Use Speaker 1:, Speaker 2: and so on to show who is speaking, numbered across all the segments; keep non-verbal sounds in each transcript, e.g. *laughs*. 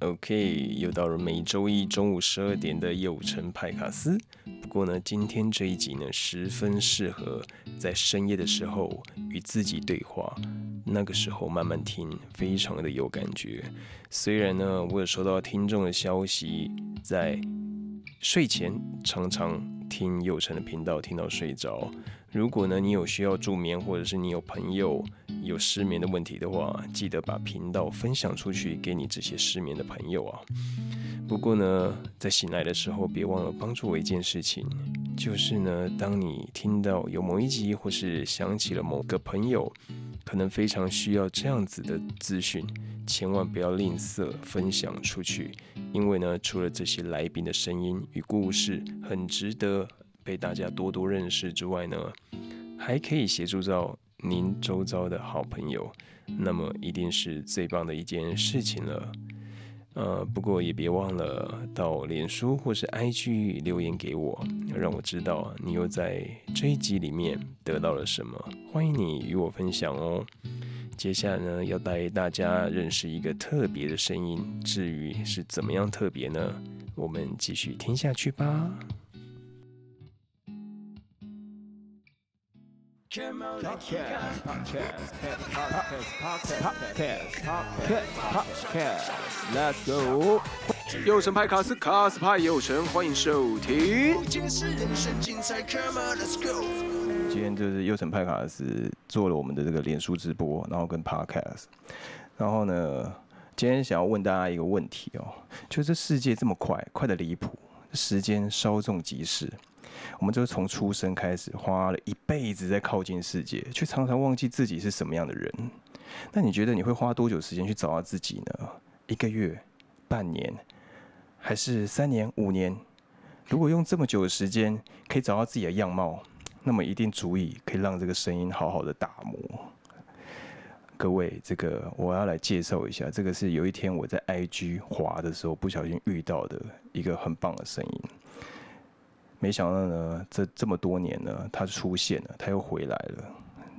Speaker 1: OK，又到了每周一中午十二点的夜午城派卡斯。不过呢，今天这一集呢，十分适合在深夜的时候与自己对话，那个时候慢慢听，非常的有感觉。虽然呢，我有收到听众的消息，在睡前常常听佑晨的频道，听到睡着。如果呢，你有需要助眠，或者是你有朋友有失眠的问题的话，记得把频道分享出去给你这些失眠的朋友啊。不过呢，在醒来的时候，别忘了帮助我一件事情，就是呢，当你听到有某一集，或是想起了某个朋友，可能非常需要这样子的资讯，千万不要吝啬分享出去，因为呢，除了这些来宾的声音与故事很值得被大家多多认识之外呢，还可以协助到您周遭的好朋友，那么一定是最棒的一件事情了。呃，不过也别忘了到脸书或是 IG 留言给我，让我知道你又在这一集里面得到了什么。欢迎你与我分享哦。接下来呢，要带大家认识一个特别的声音，至于是怎么样特别呢？我们继续听下去吧。Let's go！右神派卡斯，卡斯派右神，欢迎收听。
Speaker 2: 今是人生精彩，Come on let's go。
Speaker 1: 今天就是右城派卡斯做了我们的这个脸书直播，然后跟 Podcast，然后呢，今天想要问大家一个问题哦，就这世界这么快，快的离谱，时间稍纵即逝。我们就是从出生开始，花了一辈子在靠近世界，却常常忘记自己是什么样的人。那你觉得你会花多久时间去找到自己呢？一个月、半年，还是三年、五年？如果用这么久的时间可以找到自己的样貌，那么一定足以可以让这个声音好好的打磨。各位，这个我要来介绍一下，这个是有一天我在 IG 滑的时候不小心遇到的一个很棒的声音。没想到呢，这这么多年呢，它出现了，它又回来了。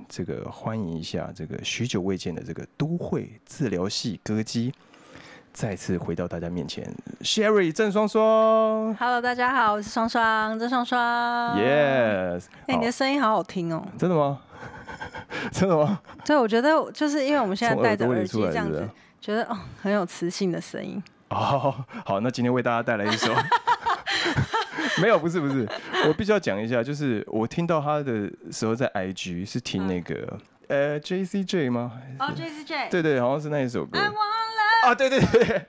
Speaker 1: 这个欢迎一下这个许久未见的这个都会治疗系歌姬，再次回到大家面前，Sherry 郑双双
Speaker 3: Hello，大家好，我是双双，郑双双。
Speaker 1: ，Yes，
Speaker 3: 哎、你
Speaker 1: 好
Speaker 3: 的声音好好听哦。
Speaker 1: 真的吗？ *laughs* 真的吗？
Speaker 3: 对，我觉得就是因为我们现在
Speaker 1: 从
Speaker 3: 戴着
Speaker 1: 耳朵里
Speaker 3: 耳机
Speaker 1: 出来
Speaker 3: 这样
Speaker 1: 是不是
Speaker 3: 子，觉得哦很有磁性的声音。
Speaker 1: 哦，好，那今天为大家带来一首， *laughs* 没有，不是不是，我必须要讲一下，就是我听到他的时候在 IG 是听那
Speaker 3: 嗯
Speaker 1: 个、呃 JCJ 吗？
Speaker 3: 哦、j C J，
Speaker 1: 对对，好像是那一首歌
Speaker 3: ，I want love，
Speaker 1: 啊，对对对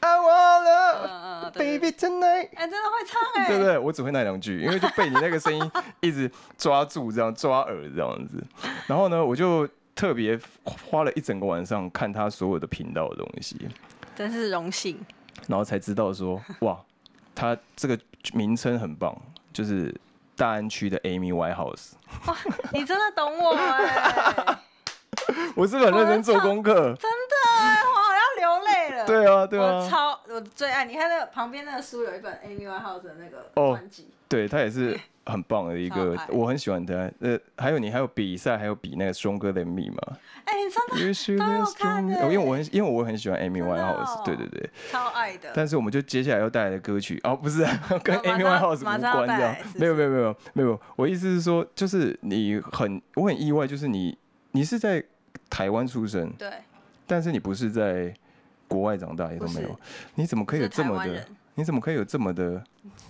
Speaker 1: ，I
Speaker 3: *laughs*
Speaker 1: want
Speaker 3: 嗯
Speaker 1: love
Speaker 3: 嗯嗯，对
Speaker 1: baby tonight。
Speaker 3: 哎、真的会
Speaker 1: *laughs*
Speaker 3: 唱哎、
Speaker 1: 对不对？我只会那两句，因为就被你那个声音一直抓住，这样抓耳这样子。然后呢，我就特别花了一整个晚上看他所有的频道的东西，
Speaker 3: 真是荣幸。
Speaker 1: 然后才知道说，哇，他这个名称很棒，就是大安区的 Amy Whitehouse。
Speaker 3: 你真的懂我
Speaker 1: *laughs*
Speaker 3: 哎、
Speaker 1: 我是不是很认真做功课，
Speaker 3: 真的哎、我要流泪了。
Speaker 1: 对啊，对
Speaker 3: 我
Speaker 1: 啊，
Speaker 3: 超我最爱。你看那个旁边那个书有一本 Amy Winehouse 的那个
Speaker 1: 哦
Speaker 3: 专辑。
Speaker 1: 对他也是很棒的一个
Speaker 3: 超爱，
Speaker 1: 我很喜欢他。呃，还有你还有比赛，还有比那个 Stronger Than Me 嘛
Speaker 3: 哎、你真的
Speaker 1: ？You should
Speaker 3: 都有
Speaker 1: be
Speaker 3: 看
Speaker 1: stronger-
Speaker 3: 欸
Speaker 1: 哦因为我很因为我很喜欢 Amy
Speaker 3: 真的哦
Speaker 1: Winehouse，对对对。
Speaker 3: 超爱的。
Speaker 1: 但是我们就接下来要带来的歌曲，哦，不是、 *laughs* 跟
Speaker 3: 哦
Speaker 1: Amy
Speaker 3: 马
Speaker 1: Winehouse
Speaker 3: 上
Speaker 1: 无
Speaker 3: 马
Speaker 1: 关
Speaker 3: 上要带
Speaker 1: 这样
Speaker 3: 来是，不
Speaker 1: 没有
Speaker 3: 是
Speaker 1: 没有没有没有，我意思是说，就是你很，我很意外，就是你你是在台湾出生，
Speaker 3: 对，
Speaker 1: 但是你不是在国外长大，也都
Speaker 3: 不
Speaker 1: 没
Speaker 3: 是
Speaker 1: 有，你怎么可以有
Speaker 3: 是
Speaker 1: 这
Speaker 3: 台
Speaker 1: 么
Speaker 3: 湾
Speaker 1: 的
Speaker 3: 人？，
Speaker 1: 你怎么可以有这么的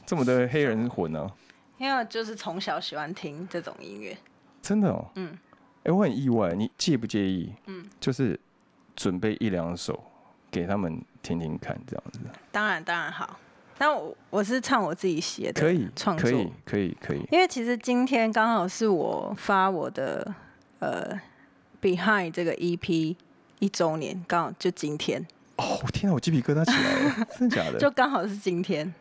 Speaker 1: 这么的黑人魂啊呢、
Speaker 3: 因为我就是从小喜欢听这种音乐。
Speaker 1: 真的哦，
Speaker 3: 嗯，
Speaker 1: 哎、我很意外，你介不介意？
Speaker 3: 嗯，
Speaker 1: 就是准备一两首给他们听听看，这样子
Speaker 3: 当然当然好，但我我是唱我自己写的，
Speaker 1: 可以，
Speaker 3: 创
Speaker 1: 可
Speaker 3: 作
Speaker 1: 以，可以，可以，
Speaker 3: 因为其实今天刚好是我发我的呃 Behind 这个 EP 一周年，刚好就今天，
Speaker 1: 哦，天啊，我鸡皮疙瘩起来了，真的假的？
Speaker 3: *laughs* 就刚好是今天。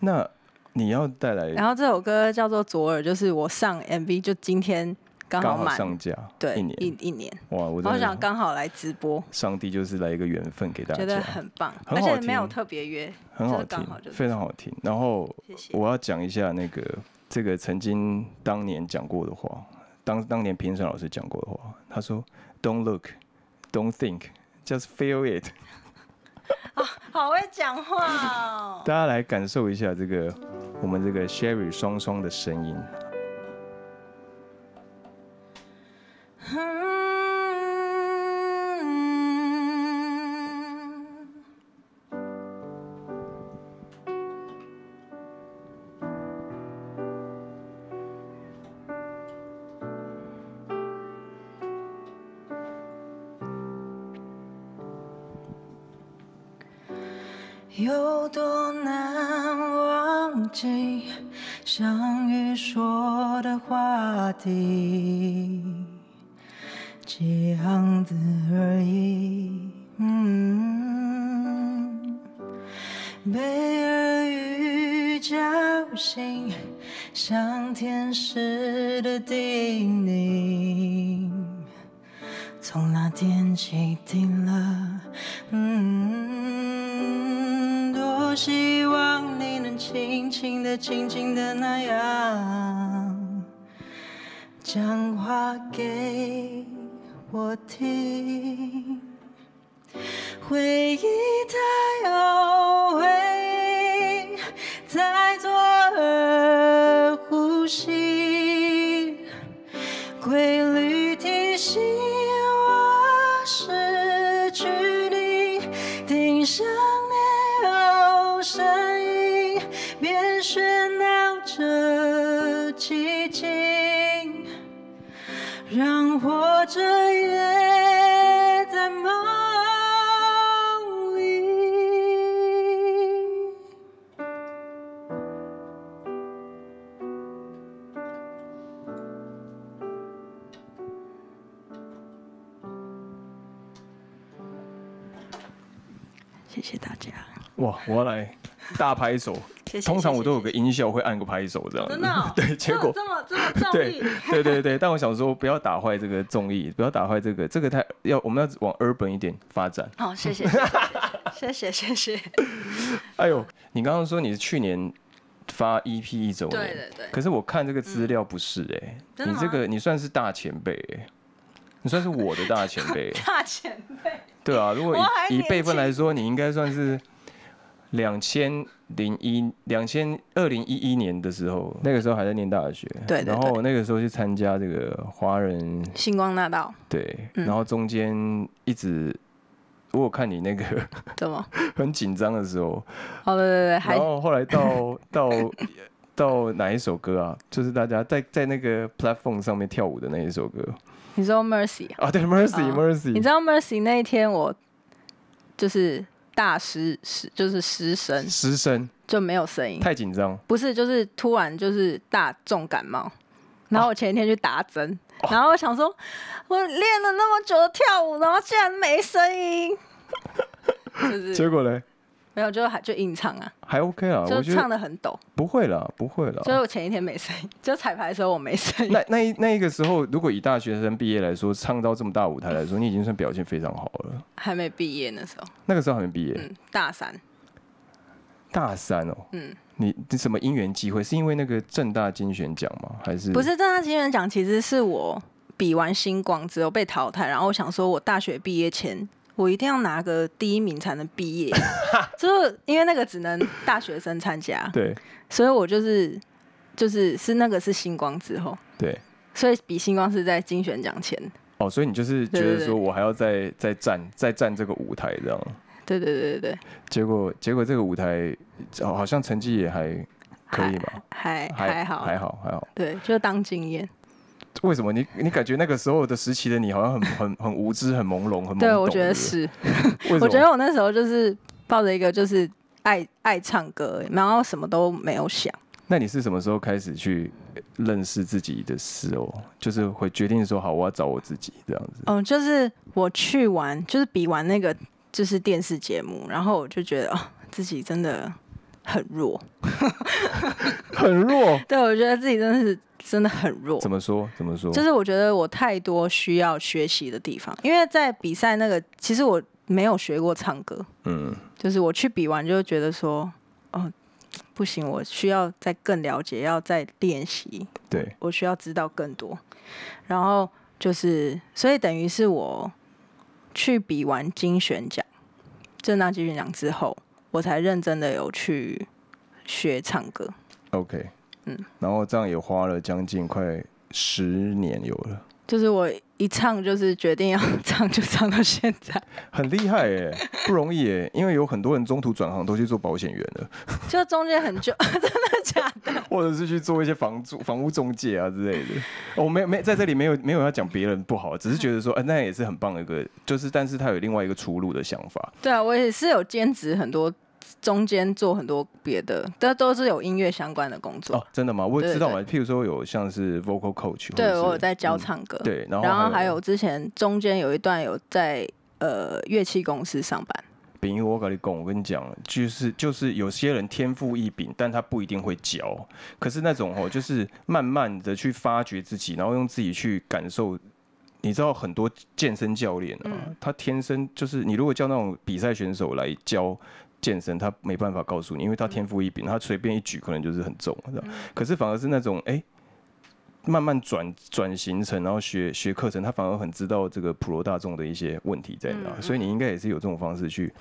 Speaker 1: 那你要带来
Speaker 3: 然后这首歌叫做《左耳》，就是我上 MV 就今天刚
Speaker 1: 刚好
Speaker 3: 满
Speaker 1: 上架
Speaker 3: 对
Speaker 1: 一
Speaker 3: 一
Speaker 1: 年，
Speaker 3: 一年，
Speaker 1: 哇！我
Speaker 3: 然后
Speaker 1: 真
Speaker 3: 想
Speaker 1: 的
Speaker 3: 刚好来直播，
Speaker 1: 上帝就是来一个缘分给大
Speaker 3: 觉得
Speaker 1: 家，
Speaker 3: 很棒，
Speaker 1: 很
Speaker 3: 而
Speaker 1: 好
Speaker 3: 且没有
Speaker 1: 听
Speaker 3: 特别约，
Speaker 1: 很好
Speaker 3: 就是
Speaker 1: 听
Speaker 3: 刚好就，是
Speaker 1: 非常好听。然后
Speaker 3: 谢谢。
Speaker 1: 我要讲一下那个这个曾经当年讲过的话，当当年评审老师讲过的话，他说：“Don't look, don't think, just feel it。”
Speaker 3: 好会讲话哦。
Speaker 1: 大家来感受一下这个我们这个 Sherry 双双的声音。
Speaker 3: 有多难忘记相遇说的话题，几行字而已。嗯，被耳语叫醒，像天使的叮咛。从那天起停了。嗯，多希望你能轻轻的、轻轻的那样讲话给我听。回忆太后悔，在左耳呼吸。规律提醒我失去你，听想念有声音，便喧闹着寂静，让活着也在梦里。谢谢大家。
Speaker 1: 哇，我要来大拍手。
Speaker 3: 谢谢
Speaker 1: 通常我都有
Speaker 3: 谢
Speaker 1: 个音效会按个拍手这样子。
Speaker 3: 真的哦、
Speaker 1: *laughs* 对，结果
Speaker 3: 这么这么这么中
Speaker 1: 对
Speaker 3: 意，
Speaker 1: 对对对，但我想说，不要打坏这个综艺，不要打坏这个，这个太要我们要往 urban 一点发展。
Speaker 3: 好，谢谢，谢谢，谢谢。
Speaker 1: 哎呦，你刚刚说你是去年发 EP 一周年，
Speaker 3: 对对对
Speaker 1: 可是我看这个资料不是哎、
Speaker 3: 真的
Speaker 1: 你
Speaker 3: 吗
Speaker 1: 这个你算是大前辈哎、你算是我的大前辈、
Speaker 3: *laughs*
Speaker 1: 哎
Speaker 3: 大前辈，
Speaker 1: 对啊，如果
Speaker 3: 我还
Speaker 1: 以以
Speaker 3: 年
Speaker 1: 辈分
Speaker 3: 轻
Speaker 1: 来说，你应该算是两千零一、两千二零一一年的时候，那个时候还在念大学，
Speaker 3: 对对
Speaker 1: 然后那个时候去参加这个华人
Speaker 3: 星光大道
Speaker 1: 对，
Speaker 3: 嗯
Speaker 1: 然后中间一直。我有看你那个 *laughs*
Speaker 3: 怎么？
Speaker 1: 很紧张的时候，
Speaker 3: 哦，对对对，还
Speaker 1: 然后后来到 *laughs* 到到哪一首歌啊？就是大家在在那个 platform 上面跳舞的那一首歌
Speaker 3: 你说 Mercy，
Speaker 1: 啊，对，Mercy
Speaker 3: 哦你
Speaker 1: Mercy，
Speaker 3: 知道 Mercy 那一天我就是大失失，就是失神，
Speaker 1: 失声
Speaker 3: 就没有声音，
Speaker 1: 太紧张，
Speaker 3: 不是就是突然就是大重感冒。然
Speaker 1: 哦
Speaker 3: 后我前一天去打针，然后我想说，我练了那么久的跳舞，然后竟然没声
Speaker 1: *laughs*
Speaker 3: 音，就是
Speaker 1: 结果嘞
Speaker 3: 没有，就还就硬唱啊，
Speaker 1: 还 OK 啊，
Speaker 3: 就
Speaker 1: 我觉
Speaker 3: 唱
Speaker 1: 得
Speaker 3: 的很抖，
Speaker 1: 不会啦，不会啦。
Speaker 3: 所以我前一天没声音，就彩排的时候我没声音
Speaker 1: 那，那一那一个时候，如果以大学生毕业来说，唱到这么大舞台来说，你已经算表现非常好了。
Speaker 3: 还没毕业那时候，
Speaker 1: 那个时候还没毕业，
Speaker 3: 嗯，大三，
Speaker 1: 大三哦，嗯，你你什么因缘机会？是因为那个正大金选奖吗？还是
Speaker 3: 不是正大金人奖，其实是我比完星光之后被淘汰，然后我想说，我大学毕业前我一定要拿个第一名才能
Speaker 1: *laughs*
Speaker 3: 毕业，就是因为那个只能大学生参加，
Speaker 1: 对
Speaker 3: 所以我就是就是是那个是星光之后，
Speaker 1: 对
Speaker 3: 所以比星光是在金选奖前，
Speaker 1: 哦，所以你就是觉
Speaker 3: 对
Speaker 1: 得
Speaker 3: 对
Speaker 1: 说我还要再再站再站这个舞台这样，
Speaker 3: 对对对对对，
Speaker 1: 结果结果这个舞台哦好像成绩也还可以吧，
Speaker 3: 还好，
Speaker 1: 还好还好。
Speaker 3: 对，就当经验，
Speaker 1: 为什么你你感觉那个时候的时期的你好像很很很无知、很朦胧、很懵懂？
Speaker 3: 对我觉得
Speaker 1: 不
Speaker 3: 是。
Speaker 1: 为什
Speaker 3: 我觉
Speaker 1: 么？
Speaker 3: 得我那时候就是抱着一个就是爱爱唱歌而已，然后什么都没有想。
Speaker 1: 那你是什么时候开始去呃认识自己的事哦？就是会决定说好，我要找我自己这样子。
Speaker 3: 嗯，就是我去玩，就是比完那个就是电视节目，然后我就觉得哦，自己真的很弱。
Speaker 1: 很弱，
Speaker 3: 对，我觉得自己真的是真的很弱。
Speaker 1: 怎么说？怎么说？
Speaker 3: 就是我觉得我太多需要学习的地方，因为在比赛那个，其实我没有学过唱歌，
Speaker 1: 嗯，
Speaker 3: 就是我去比完就觉得说，哦，不行，我需要再更了解，要再练习，
Speaker 1: 对，
Speaker 3: 我需要知道更多。然后就是，所以等于是我去比完精选奖正大金曲奖之后，我才认真的有去学唱歌。
Speaker 1: OK，
Speaker 3: 嗯，
Speaker 1: 然后这样也花了将近快十年有了，
Speaker 3: 就是我一唱就是决定要 *laughs* 唱，就唱到现在。
Speaker 1: 很厉害耶、不容易耶、因为有很多人中途转行都去做保险员
Speaker 3: *laughs*
Speaker 1: 了，
Speaker 3: 就中间很久， *laughs* 真的假的？
Speaker 1: 或者是去做一些房租、房屋中介啊之类的。我、没没在这里没有没有要讲别人不好，只是觉得说，呃，那也是很棒的一个，就是但是他有另外一个出路的想法。
Speaker 3: 对啊，我也是有兼职很多，中间做很多别的，但都是有音乐相关的工作。
Speaker 1: 哦，真的吗？我也
Speaker 3: 对
Speaker 1: 知道嘛，譬如说有像是 vocal coach，或
Speaker 3: 对，
Speaker 1: 者是嗯
Speaker 3: 我有在教唱歌。
Speaker 1: 对，然后
Speaker 3: 然后还
Speaker 1: 还
Speaker 3: 有之前中间有一段有在呃乐器公司上班，
Speaker 1: 丙一，我跟你讲，我跟你讲，就是就是有些人天赋异禀，但他不一定会教。可是那种哦，就是慢慢的去发掘自己，然后用自己去感受。你知道很多健身教练啊，他天生就是你如果叫那种比赛选手来教健身，他没办法告诉你，因为他天赋异禀，他随便一举可能就是很重。这样可是反而是那种哎、慢慢转转型成，然后学学课程，他反而很知道这个普罗大众的一些问题在哪。所以你应该也是有这种方式去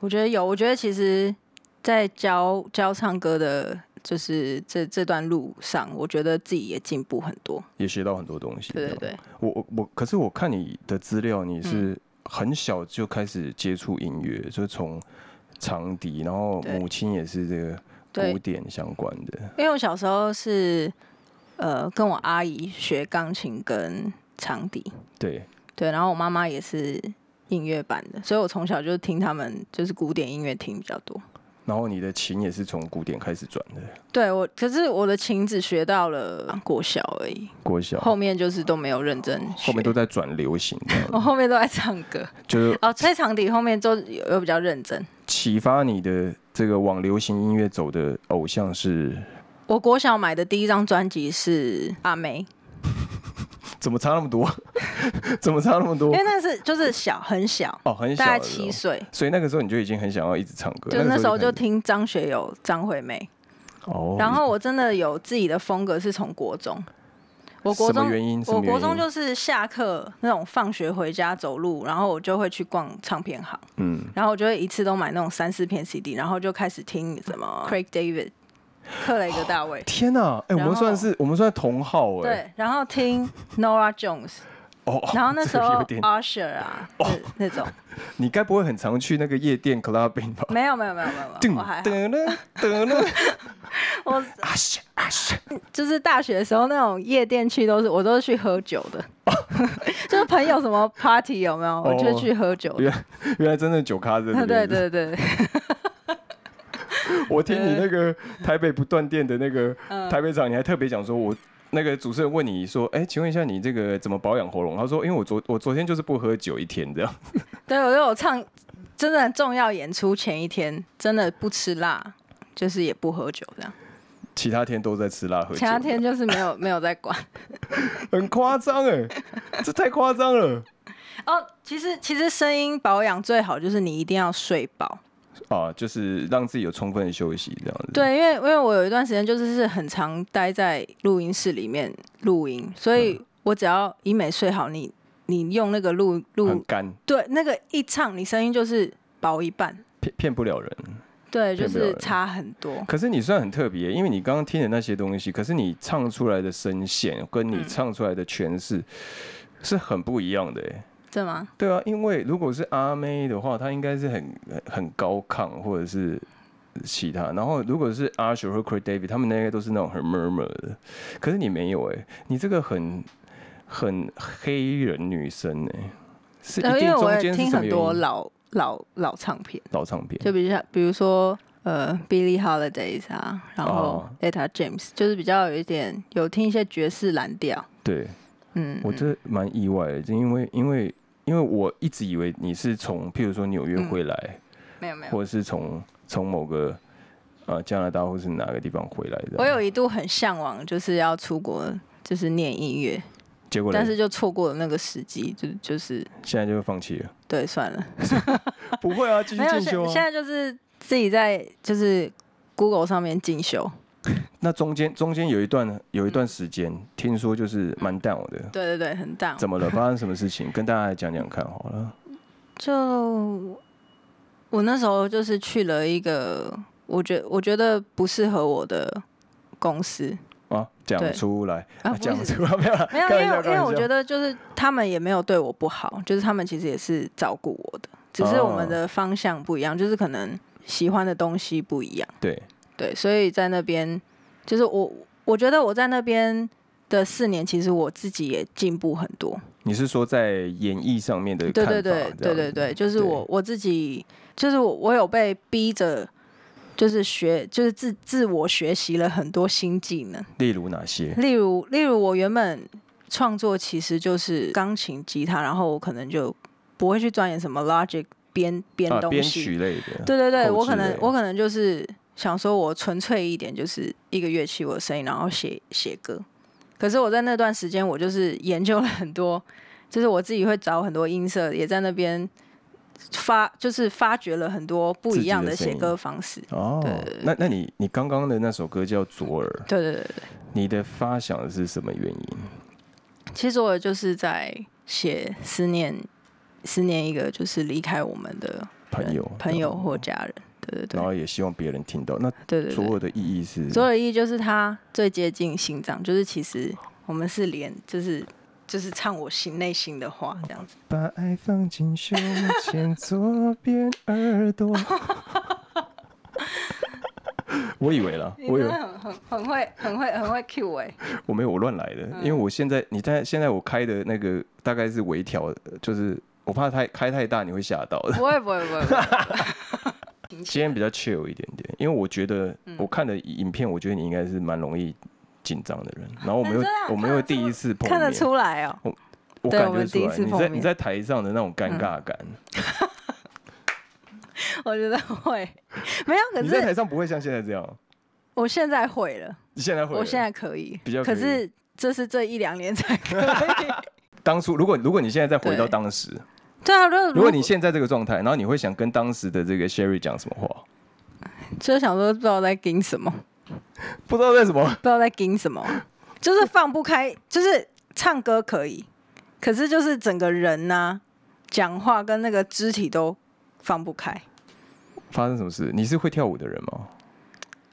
Speaker 3: 我觉得有，我觉得其实，在教教唱歌的，就是这这段路上，我觉得自己也进步很多。
Speaker 1: 也学到很多东西。
Speaker 3: 对对嗯
Speaker 1: 这样，
Speaker 3: 对，
Speaker 1: 我我我，可是我看你的资料，你是很小就开始接触音乐，就是从长笛，然后
Speaker 3: 对
Speaker 1: 母亲也是这个
Speaker 3: 对
Speaker 1: 古典相关的。
Speaker 3: 因为我小时候是呃跟我阿姨学钢琴跟长笛，
Speaker 1: 对，
Speaker 3: 对，然后我妈妈也是音乐班的，所以我从小就听他们就是古典音乐听比较多。
Speaker 1: 然后你的琴也是从古典开始转的，
Speaker 3: 对我，可是我的琴只学到了国小而已，
Speaker 1: 国小
Speaker 3: 后面就是都没有认真学
Speaker 1: 后
Speaker 3: 哦
Speaker 1: 面都在转流行这样，
Speaker 3: 我后面都在唱歌
Speaker 1: 就是
Speaker 3: 哦，吹长笛后面都有有比较认真。
Speaker 1: 启发你的这个往流行音乐走的偶像是。
Speaker 3: 我国小买的第一张专辑是阿妹，
Speaker 1: 怎么差那么
Speaker 3: *laughs*
Speaker 1: 多？怎么差那么多
Speaker 3: 因？为那是就是小很小，
Speaker 1: 哦，很小
Speaker 3: 大概
Speaker 1: 的时
Speaker 3: 七
Speaker 1: 候
Speaker 3: 岁，
Speaker 1: 所以那个时候你就已经很想要一直唱歌，
Speaker 3: 就那时候就
Speaker 1: 开始
Speaker 3: 听张学友、张惠妹，
Speaker 1: 哦，
Speaker 3: 然后我真的有自己的风格是从国中，我国
Speaker 1: 什
Speaker 3: 中
Speaker 1: 么原因？什么
Speaker 3: 我
Speaker 1: 原因
Speaker 3: 国中就是下课那种放学回家走路，然后我就会去逛唱片行，
Speaker 1: 嗯，
Speaker 3: 然后我就会一次都买那种三四片 CD，然后就开始听什么 Craig David、克雷格大
Speaker 1: *laughs*
Speaker 3: 卫，
Speaker 1: 天呐、哎、我
Speaker 3: 然
Speaker 1: 们
Speaker 3: 后
Speaker 1: 算是我们算是同号哎、
Speaker 3: 对，然后听 Nora Jones，
Speaker 1: 哦， *laughs* 哦
Speaker 3: 然后那
Speaker 1: 这
Speaker 3: 时
Speaker 1: 个
Speaker 3: 候
Speaker 1: 有点，哦
Speaker 3: Usher 啊，那那种
Speaker 1: 你该不会很常去那个夜店 clubbing
Speaker 3: *laughs*
Speaker 1: 吧？
Speaker 3: 没有没有没有没有没有，
Speaker 1: 噔
Speaker 3: 我还好
Speaker 1: 噔了噔 *laughs* 了，
Speaker 3: 我
Speaker 1: 啊是啊是，
Speaker 3: 就是大学的时候那种夜店去都是我都是去喝酒的，
Speaker 1: 哦
Speaker 3: *laughs* 就是朋友什么 party 有没有，我就去喝酒的。
Speaker 1: 原哦原来真的酒咖真的。
Speaker 3: *laughs* 对对对对，
Speaker 1: 我听你那个台北不断电的那个
Speaker 3: *laughs* 嗯
Speaker 1: 台北场，你还特别讲说我。那个主持人问你说：“哎、请问一下，你这个怎么保养喉咙？”他说：“因为我昨我昨天就是不喝酒一天这样。 *laughs*
Speaker 3: 对我就有唱，真的重要演出前一天真的不吃辣，就是也不喝酒这样，
Speaker 1: 其他天都在吃辣喝酒，
Speaker 3: 其他天就是没有没有在管。
Speaker 1: 很夸张哎，这太夸张了
Speaker 3: 哦，其实其实声音保养最好就是你一定要睡饱。
Speaker 1: 啊！就是让自己有充分的休息这样子。，
Speaker 3: 对，因为因为我有一段时间就是是很常待在录音室里面录音，所
Speaker 1: 嗯
Speaker 3: 以我只要医美睡好，你你用那个录
Speaker 1: 很
Speaker 3: 录
Speaker 1: 干，
Speaker 3: 对那个一唱，你声音就是薄一半，
Speaker 1: 骗骗不了人。
Speaker 3: 嗯对，就
Speaker 1: 变不了
Speaker 3: 是
Speaker 1: 人
Speaker 3: 差很多。
Speaker 1: 可是你算很特别，因为你刚刚听的那些东西，可是你唱出来的声线跟
Speaker 3: 嗯
Speaker 1: 你唱出来的诠释是很不一样的耶。
Speaker 3: 对吗？
Speaker 1: 对啊，因为如果是阿妹的话，她应该是很很很高亢，或者是其他。然后如果是阿 s h 和 Craig David，他们那个都是那种很 murmur 的，可是你没有哎、你这个很很黑人女生哎、是
Speaker 3: 对，
Speaker 1: 一
Speaker 3: 呃因
Speaker 1: 定
Speaker 3: 为我
Speaker 1: 中
Speaker 3: 也
Speaker 1: 间
Speaker 3: 听
Speaker 1: 是什么
Speaker 3: 很多
Speaker 1: 原因？
Speaker 3: 老老老唱片，
Speaker 1: 老唱片
Speaker 3: 就比如像比如说呃 Billie Holidays 啊，然后
Speaker 1: 哦
Speaker 3: Etta James，就是比较有一点有听一些爵士蓝调，
Speaker 1: 对。
Speaker 3: 嗯，
Speaker 1: 我这蛮意外的，因为因为因为我一直以为你是从譬如说纽
Speaker 3: 嗯
Speaker 1: 约回来，
Speaker 3: 没有没有，
Speaker 1: 或者是从从某个呃加拿大或是哪个地方回来的。
Speaker 3: 我有，一度很向往，就是要出国，就是念音乐，
Speaker 1: 结果呢
Speaker 3: 但是就错过了那个时机，就就是
Speaker 1: 现在就放弃了。 *laughs*
Speaker 3: 对算了，
Speaker 1: 不会啊，继续
Speaker 3: 没有
Speaker 1: 进
Speaker 3: 现
Speaker 1: 修、
Speaker 3: 现
Speaker 1: 啊。
Speaker 3: 在就是自己在就是 Google 上面进修，
Speaker 1: 那中间中间有一段有一
Speaker 3: 嗯
Speaker 1: 段时间，听说就是蛮 down 的。
Speaker 3: 对对对，很大，
Speaker 1: 怎么了？发生什么事情？跟大家来讲讲看好了。
Speaker 3: 就我那时候就是去了一个我觉我觉得不适合我的公司，
Speaker 1: 啊，讲
Speaker 3: 对
Speaker 1: 出来，
Speaker 3: 啊
Speaker 1: 啊
Speaker 3: 不
Speaker 1: 讲
Speaker 3: 是
Speaker 1: 出来，没有 *laughs* 啦，
Speaker 3: 没有，
Speaker 1: 开玩
Speaker 3: 因
Speaker 1: 笑
Speaker 3: 为因为我觉
Speaker 1: 得，
Speaker 3: 得就是他们也没有对我不好，就是他们其实也是照顾我的，只是我们
Speaker 1: 哦
Speaker 3: 的方向不一样，就是可能喜欢的东西不一样。
Speaker 1: 对，
Speaker 3: 对，所以在那边，就是我我觉得我在那边的四年，其实我自己也进步很多。
Speaker 1: 你是说在演绎上面的看
Speaker 3: 对
Speaker 1: 法？
Speaker 3: 对对
Speaker 1: 这
Speaker 3: 对
Speaker 1: 样
Speaker 3: 对
Speaker 1: 子
Speaker 3: 对，就是
Speaker 1: 对
Speaker 3: 我我自己，就是我我有被逼着，就是学，就是自自我学习了很多新技能，
Speaker 1: 例如哪些？
Speaker 3: 例如例如我原本创作其实就是钢琴、吉他，然后我可能就不会去钻研什么 Logic 编编
Speaker 1: 啊，
Speaker 3: 东
Speaker 1: 编
Speaker 3: 西，
Speaker 1: 曲类的，
Speaker 3: 对对对，
Speaker 1: 后
Speaker 3: 我
Speaker 1: 置
Speaker 3: 可能
Speaker 1: 类
Speaker 3: 我可能就是想说，我纯粹一点，就是一个乐器我的声音，然后写写歌。可是我在那段时间，我就是研究了很多，就是我自己会找很多音色，也在那边发，就是发掘了很多不
Speaker 1: 自
Speaker 3: 一
Speaker 1: 己
Speaker 3: 样
Speaker 1: 的
Speaker 3: 的
Speaker 1: 声
Speaker 3: 写
Speaker 1: 音
Speaker 3: 歌方式。
Speaker 1: 哦，那那你你刚刚的那首歌叫《左耳》，
Speaker 3: 对对对对，
Speaker 1: 你的发想是什么原因？
Speaker 3: 其实我就是在写思念，思念一个就是离开我们的
Speaker 1: 朋
Speaker 3: 人
Speaker 1: 友，哦
Speaker 3: 朋友或家人。对对对
Speaker 1: 然后也希望别人听到。那
Speaker 3: 对对对
Speaker 1: 左。耳的意义是，
Speaker 3: 左耳一就是他最接近心脏，就是其实我们是连就是就是唱我心内心的话这样子。
Speaker 1: 把爱放进胸前左边耳
Speaker 3: *laughs*
Speaker 1: 朵。我以为啦，我以为
Speaker 3: 很很很会很会很会 Q 哎、
Speaker 1: 我没有我乱来的，
Speaker 3: 嗯
Speaker 1: 因为我现在你在现在我开的那个大概是微调的，就是我怕太开太大你会吓到的。
Speaker 3: 不会不会不会不会，
Speaker 1: *laughs* 今天比较 chill 一点点，因为我觉得
Speaker 3: 嗯
Speaker 1: 我看的影片，我觉得你应该是蛮容易紧张的
Speaker 3: *laughs*
Speaker 1: 人。然后我们又
Speaker 3: 真的啊
Speaker 1: 我们
Speaker 3: 看得
Speaker 1: 又
Speaker 3: 出
Speaker 1: 第一次碰面，
Speaker 3: *laughs* 看得出来哦、
Speaker 1: 我
Speaker 3: 对
Speaker 1: 感
Speaker 3: 我
Speaker 1: 觉
Speaker 3: 们
Speaker 1: 出
Speaker 3: 第一
Speaker 1: 来
Speaker 3: 次
Speaker 1: 你
Speaker 3: 碰
Speaker 1: 在
Speaker 3: 面嗯
Speaker 1: 你在台上的那种尴尬感，
Speaker 3: 我觉得会，没有，可
Speaker 1: 你在
Speaker 3: 是
Speaker 1: 台上不会像现在这样。
Speaker 3: 我现在会了，
Speaker 1: 你现在会了，
Speaker 3: 我现在可以，
Speaker 1: 比较可
Speaker 3: 可
Speaker 1: 以
Speaker 3: 是这是这一两年才
Speaker 1: *laughs*
Speaker 3: 可以。 *laughs*
Speaker 1: 当初如果如果你现在再回到
Speaker 3: 对
Speaker 1: 当时，
Speaker 3: 对啊，如果
Speaker 1: 如果你现在这个状态，然后你会想跟当时的这个 Sherry 讲什么话？
Speaker 3: 就想说不知道在盯什么，
Speaker 1: 不知道在什么
Speaker 3: 不知道在盯什么，就是放不开，就是唱歌可以，可是就是整个人呐、讲话跟那个肢体都放不开。
Speaker 1: 发生什么事？你是会跳舞的人吗？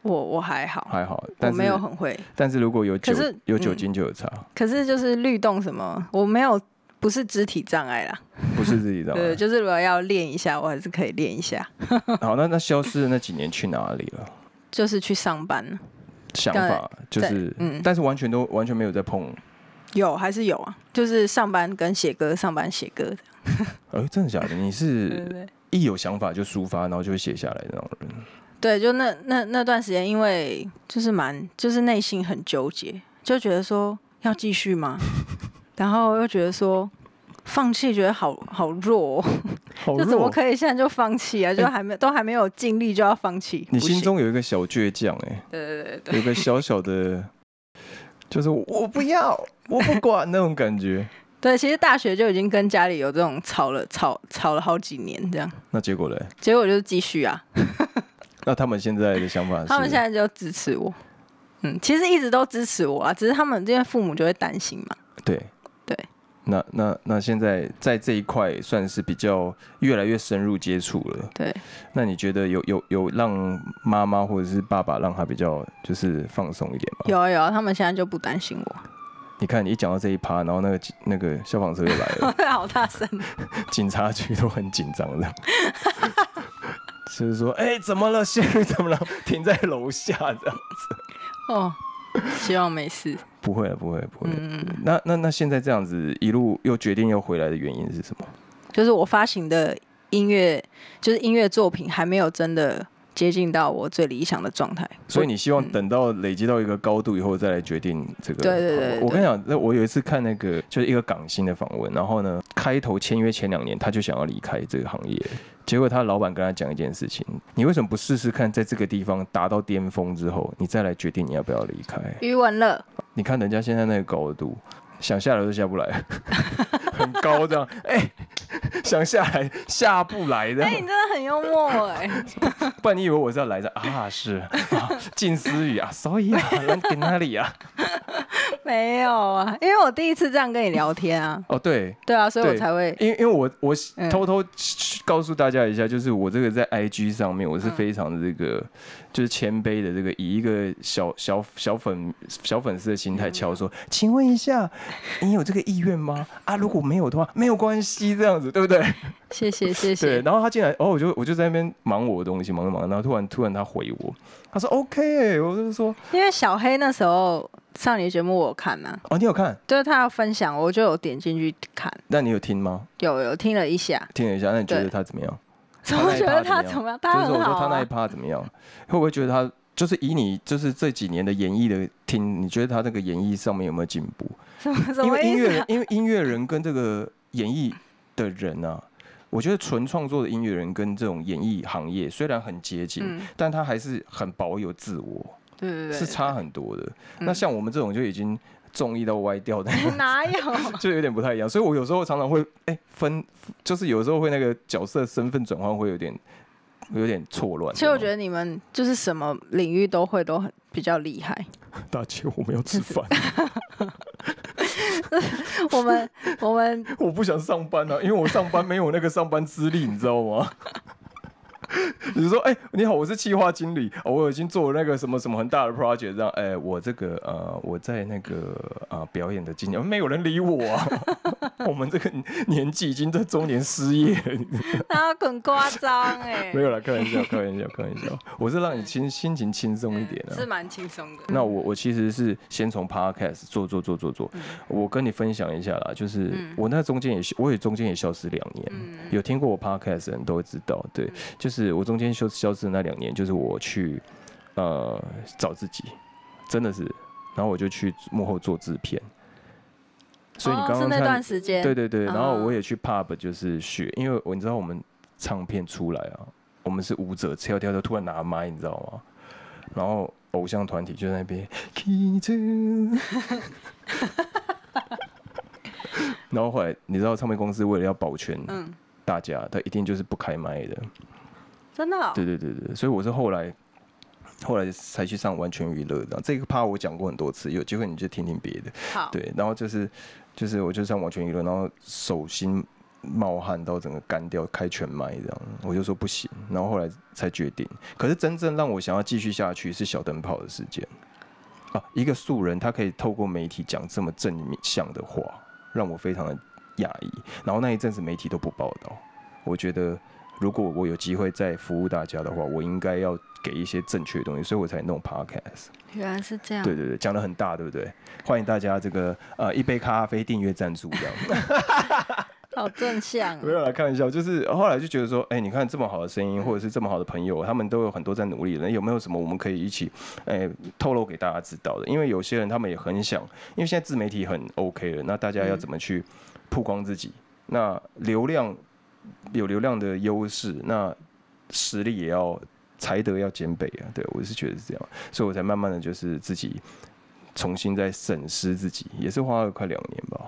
Speaker 3: 我我还好，
Speaker 1: 还好，
Speaker 3: 我
Speaker 1: 但是
Speaker 3: 没有很会，
Speaker 1: 但是如果有酒
Speaker 3: 可是
Speaker 1: 有酒
Speaker 3: 嗯
Speaker 1: 精就有差，
Speaker 3: 可是就是律动什么，我没有不是肢体障碍啦。
Speaker 1: 不是自己的。啊
Speaker 3: 对，就是如果要练一下，我还是可以练一下。
Speaker 1: 好，那那消失的那几年去哪里了？
Speaker 3: 就是去上班，
Speaker 1: 想
Speaker 3: 对
Speaker 1: 法就是，
Speaker 3: 嗯
Speaker 1: 但是完全都完全没有在碰。
Speaker 3: 有还是有啊，就是上班跟写歌，上班写歌这样，
Speaker 1: 哎、真的假的？你
Speaker 3: 嗯对对
Speaker 1: 是
Speaker 3: 对。
Speaker 1: 一有想法就抒发，然后就会写下来的那种人。
Speaker 3: 对，就那那那段时间，因为就是蛮，就是内心很纠结，就觉得说要继续吗？ *laughs* 然后又觉得说放弃，觉得好好弱、哦，
Speaker 1: 好
Speaker 3: 就怎么
Speaker 1: 弱！哎
Speaker 3: 可以现在就放弃啊？就还没、都还没有尽力就要放弃，
Speaker 1: 你
Speaker 3: 不
Speaker 1: 心
Speaker 3: 行
Speaker 1: 中有一个小倔强、哎，
Speaker 3: 对对对对
Speaker 1: 有个小小的， *laughs* 就是我我不要，我不管那种感觉。
Speaker 3: 对，其实大学就已经跟家里有这种吵了吵吵了好几年这样，
Speaker 1: 那结果嘞？
Speaker 3: 结果就是继续啊，
Speaker 1: 那他们现在的想法是？
Speaker 3: 他们现在就支持我，嗯，其实一直都支持我啊，只是他们因为父母就会担心嘛，
Speaker 1: 对
Speaker 3: 对。
Speaker 1: 那那那现在在这一块算是比较越来越深入接触了。
Speaker 3: 对。
Speaker 1: 那你觉得有有有让妈妈或者是爸爸让他比较就是放松一点吗？
Speaker 3: 有啊有啊，他们现在就不担心我，
Speaker 1: 你看，你一讲到这一趴，然后那个警那个消防车就来
Speaker 3: *laughs*
Speaker 1: 了，
Speaker 3: 好大声。
Speaker 1: 警察局都很紧张这样。就是说，哎、怎么了？仙女怎么了？停在楼下这样。
Speaker 3: 哦，希望没事。
Speaker 1: 不会了，不会了，不会了。
Speaker 3: 嗯，
Speaker 1: 那那那现在这样子一路又决定要回来的原因是什么？
Speaker 3: 就是我发行的音乐，就是音乐作品还没有真的接近到我最理想的状态。
Speaker 1: 所以你希
Speaker 3: 嗯
Speaker 1: 望等到累积到一个高度以后再来决定这个？
Speaker 3: 对对对
Speaker 1: 好吧
Speaker 3: 对
Speaker 1: 我跟你讲，那我有一次看那个就是一个港星的访问，然后呢，开头签约前两年他就想要离开这个行业，结果他老板跟他讲一件事情：你为什么不试试看，在这个地方达到巅峰之后，你再来决定你要不要离开？
Speaker 3: 余文乐，
Speaker 1: 你看人家现在那个高度，想下来都下不来， *laughs* 很高这样，哎、想下来下不来的。
Speaker 3: 哎、你真的很幽默哎、 *laughs*
Speaker 1: 不然你以为我是要来的啊？是啊，近思语啊，所以啊，能给那里啊？
Speaker 3: 没有啊，因为我第一次这样跟你聊天啊，
Speaker 1: 哦，对，
Speaker 3: 对啊，所以我
Speaker 1: 对
Speaker 3: 才会
Speaker 1: 因为因为我我
Speaker 3: 嗯
Speaker 1: 偷偷告诉大家一下，就是我这个在 IG 上面，我
Speaker 3: 嗯
Speaker 1: 是非常的这个、就是谦卑的这个，以一个小小小粉小粉丝的心
Speaker 3: 嗯
Speaker 1: 态敲说，请问一下，你有这个意愿吗？啊，如果没有的话，没有关系，这样子对不对？
Speaker 3: *laughs* 谢谢谢
Speaker 1: 对，
Speaker 3: 谢，
Speaker 1: 然后他进来，哦然后我就我就在那边忙我的东西，忙着忙着，然后突然突然他回我，他说 OK，、欸、我就说
Speaker 3: 因为小黑那时候上你的节目我有看嘛，
Speaker 1: 哦，你有看？
Speaker 3: 就是他要分享，我就有点进去看，
Speaker 1: 那你有听吗？
Speaker 3: 有有听了一下，
Speaker 1: 听了一下，那你觉得
Speaker 3: 对
Speaker 1: 他怎么样？
Speaker 3: 怎么觉得
Speaker 1: 他那
Speaker 3: 他
Speaker 1: 一趴
Speaker 3: 怎么样？
Speaker 1: *laughs* 就是我
Speaker 3: 他很
Speaker 1: 说
Speaker 3: 好
Speaker 1: 他那一
Speaker 3: 啊，
Speaker 1: 趴怎么样？会不会觉得他就是以你就是这几年的演绎的听，你觉得他这个演绎上面有没有进步？
Speaker 3: 什么什
Speaker 1: 因
Speaker 3: 么
Speaker 1: 为音
Speaker 3: 意思
Speaker 1: 乐
Speaker 3: 啊？
Speaker 1: 因为音乐人跟这个演绎的人啊，我觉得纯创作的音乐人跟这种演艺行业虽然很接近，
Speaker 3: 嗯
Speaker 1: 但他还是很保有自我，
Speaker 3: 对对对，
Speaker 1: 是差很多的。那
Speaker 3: 嗯
Speaker 1: 像我们这种就已经综艺到歪掉的。 *laughs*
Speaker 3: *laughs* 哪有？
Speaker 1: 就有点不太一样，所以我有时候常常会哎、分，就是有时候会那个角色身份转换会有点有点错乱。
Speaker 3: 其实我觉
Speaker 1: 得
Speaker 3: 得你们就是什么领域都会，都很比较厉 *laughs* 害。
Speaker 1: 大姐我们要吃饭，
Speaker 3: 我们我们
Speaker 1: 我不想上班啊，因为我上班没有那个上班资历，你知道吗？ *laughs* 你说，哎、你好，我是企划经理，哦我已经做了那个什么什么很大的 project，这样，哎、我这个呃，我在那个呃表演的经验，没有人理我啊， *laughs* 我们这个年纪已经在中年失业了，你
Speaker 3: 他啊很夸张哎，
Speaker 1: *laughs* 没有啦，开玩笑，开玩笑，开玩笑。我是让你心心情轻松一点啊。
Speaker 3: 嗯是蛮轻松的。
Speaker 1: 那我我其实是先从 podcast 做做做做做，
Speaker 3: 嗯
Speaker 1: 我跟你分享一下啦，就是我那中间也是我也中间也消失两年，
Speaker 3: 嗯
Speaker 1: 有听过我 podcast 的人都会知道，对，就是我中间消消失的那两年，就是我去呃找自己，真的是，然后我就去幕后做制片，所以你
Speaker 3: 哦
Speaker 1: 刚
Speaker 3: 是
Speaker 1: 刚
Speaker 3: 那
Speaker 1: 看
Speaker 3: 段时间，
Speaker 1: 对对对，然后
Speaker 3: 嗯
Speaker 1: 我也去 pub 就是学，因为我你知道我们唱片出来啊，我们是舞者跳跳跳，突然拿麦，你知道吗？然后偶像团体就在那边 Key to，然后后来你知道唱片公司为了要保全
Speaker 3: 嗯，
Speaker 1: 大家，他一定就是不开麦的，
Speaker 3: 真的哦
Speaker 1: 对对对对，所以我是后来。后来才去上完全娱乐的，然后这个趴我讲过很多次，有机会你就听听别的。
Speaker 3: 好，
Speaker 1: 对，然后就是就是我就上完全娱乐，然后手心冒汗到整个干掉，开全麦这样，我就说不行，然后后来才决定。可是真正让我想要继续下去是小灯泡的事件啊，一个素人他可以透过媒体讲这么正向的话，让我非常的讶异。然后那一阵子媒体都不报道，我觉得。如果我有机会再服务大家的话，我应该要给一些正确的东西，所以我才弄 podcast。
Speaker 3: 原来是这样。
Speaker 1: 对对对，讲的很大，对不对？欢迎大家这个呃一杯咖啡订阅赞助这样。
Speaker 3: 好正向哦。
Speaker 1: 没有啦，开玩笑，就是后来就觉得说，哎、你看这么好的声音，或者是这么好的朋友，他们都有很多在努力的，有没有什么我们可以一起哎、透露给大家知道的？因为有些人他们也很想，因为现在自媒体很 OK 了，那大家要怎么去曝光自己？那流量有流量的优势，那实力也要才德要兼备啊。对我是觉得是这样，所以我才慢慢的就是自己重新再审视自己，也是花了快两年吧。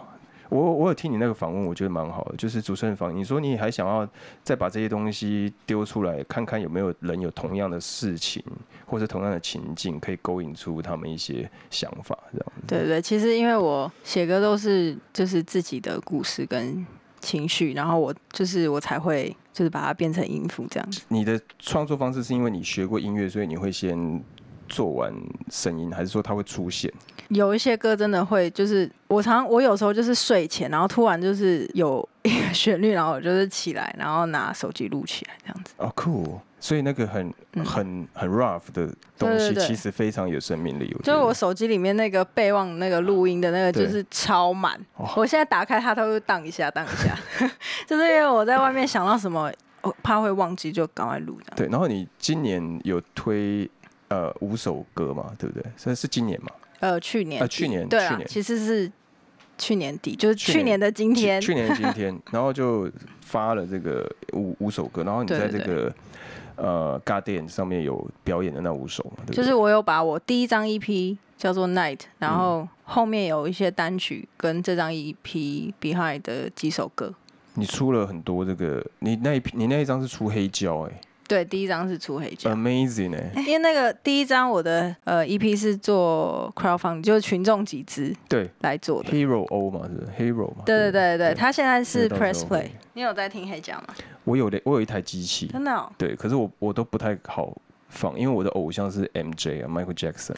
Speaker 1: 我我有听你那个访问，我觉得蛮好的，就是主持人访，你说你还想要再把这些东西丢出来，看看有没有人有同样的事情或者同样的情境，可以勾引出他们一些想法，这样子。
Speaker 3: 对对对，其实因为我写歌都是就是自己的故事跟情绪，然后我就是我才会就是把它变成音符这样子。
Speaker 1: 你的创作方式是因为你学过音乐，所以你会先做完声音，还是说它会出现？
Speaker 3: 有一些歌真的会，就是我常我有时候就是睡前，然后突然就是有一个旋律，然后我就是起来，然后拿手机录起来这样子。
Speaker 1: 哦、cool！所以那个很
Speaker 3: 嗯
Speaker 1: 很很 rough 的东
Speaker 3: 对
Speaker 1: 西，
Speaker 3: 对对
Speaker 1: 其实非常有生命力。我觉
Speaker 3: 就是
Speaker 1: 得
Speaker 3: 我手机里面那个备忘那个录音的那个，
Speaker 1: 对
Speaker 3: 就是超满
Speaker 1: 哇。
Speaker 3: 我现在打开它，它会荡一下荡一下，
Speaker 1: *laughs*
Speaker 3: 就是因为我在外面想到什么，我怕会忘记，就赶快录这样。
Speaker 1: 对，然后你今年有推呃五首歌嘛，对不对？这是今年嘛？
Speaker 3: 呃，去年
Speaker 1: 呃
Speaker 3: 底
Speaker 1: 去年
Speaker 3: 对
Speaker 1: 去
Speaker 3: 啊，
Speaker 1: 年
Speaker 3: 其实是去年底，就是
Speaker 1: 去
Speaker 3: 去
Speaker 1: 年
Speaker 3: 年的今天，
Speaker 1: 去去年的今天，然后就发了这个五五首歌，然后你
Speaker 3: 对
Speaker 1: 在这
Speaker 3: 对
Speaker 1: 个呃 Garden 上面有表演的那五首嘛，对不对？
Speaker 3: 就是我有把我第一张 EP 叫做 Night，然
Speaker 1: 嗯
Speaker 3: 后后面有一些单曲跟这张 E EP Behind 的几首歌。
Speaker 1: 你出了很多这个，你那一批你那一张是出黑胶哎、
Speaker 3: 对，第一张是出黑胶。
Speaker 1: ，amazing 哎、
Speaker 3: 因为那个第一张我的呃 EP 是做 crowdfund，就是群众集资
Speaker 1: 对
Speaker 3: 来做的。
Speaker 1: ，Hero O 嘛，是不是 Hero 嘛？
Speaker 3: 对对对对，
Speaker 1: 嗯对
Speaker 3: 他现在是
Speaker 1: 那个到
Speaker 3: Press
Speaker 1: 时候嗯
Speaker 3: Play。你有在听黑胶吗？
Speaker 1: 我有的，我有一台机器，
Speaker 3: 真的、哦，
Speaker 1: 对，可是我我都不太好放，因为我的偶像是 MJ 啊，Michael Jackson，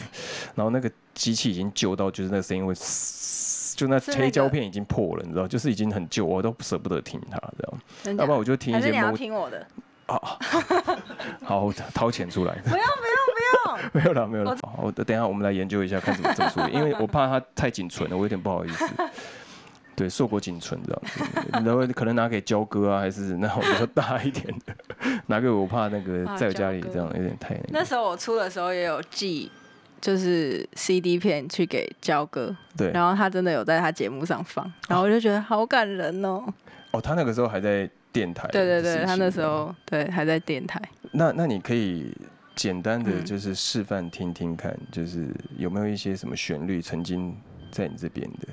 Speaker 1: 然后那个机器已经旧到就是那个声音会嘶，就那
Speaker 3: 是那
Speaker 1: 黑胶
Speaker 3: 个
Speaker 1: 片已经破了，你知道，就是已经很旧，我都舍不得听它这样，
Speaker 3: 真
Speaker 1: 要
Speaker 3: 假
Speaker 1: 不然我就听
Speaker 3: 还
Speaker 1: 一
Speaker 3: 是
Speaker 1: 些
Speaker 3: 你要
Speaker 1: Mo
Speaker 3: 听我的？
Speaker 1: 啊，好我掏钱出来，
Speaker 3: 不要不要不要！
Speaker 1: *laughs* 没有了没有了
Speaker 3: 我，
Speaker 1: 好，我等一下我们来研究一下看怎么怎么处理，因为我怕它太仅存了，我有点不好意
Speaker 3: *laughs*
Speaker 1: 思。对，硕果仅存这样子，然后可能拿给焦哥啊，还是那种比较大一点的，拿给我，我怕那个
Speaker 3: *laughs* 啊
Speaker 1: 在我家里
Speaker 3: 焦哥
Speaker 1: 这样有点太那
Speaker 3: *laughs* 那
Speaker 1: 个。
Speaker 3: 时候我出的时候也有寄，就是 CD 片去给焦哥，
Speaker 1: 对，
Speaker 3: 然后他真的有在他节目上放，然后我就觉得好感人哦。
Speaker 1: 哦，他那个时候还在电台。
Speaker 3: 对对对，他那时
Speaker 1: 候。
Speaker 3: 候对还在电台。
Speaker 1: 那那你可以简单的
Speaker 3: 嗯
Speaker 1: 就是示范听听看，就是有没有一些什么旋律曾经在你这边的？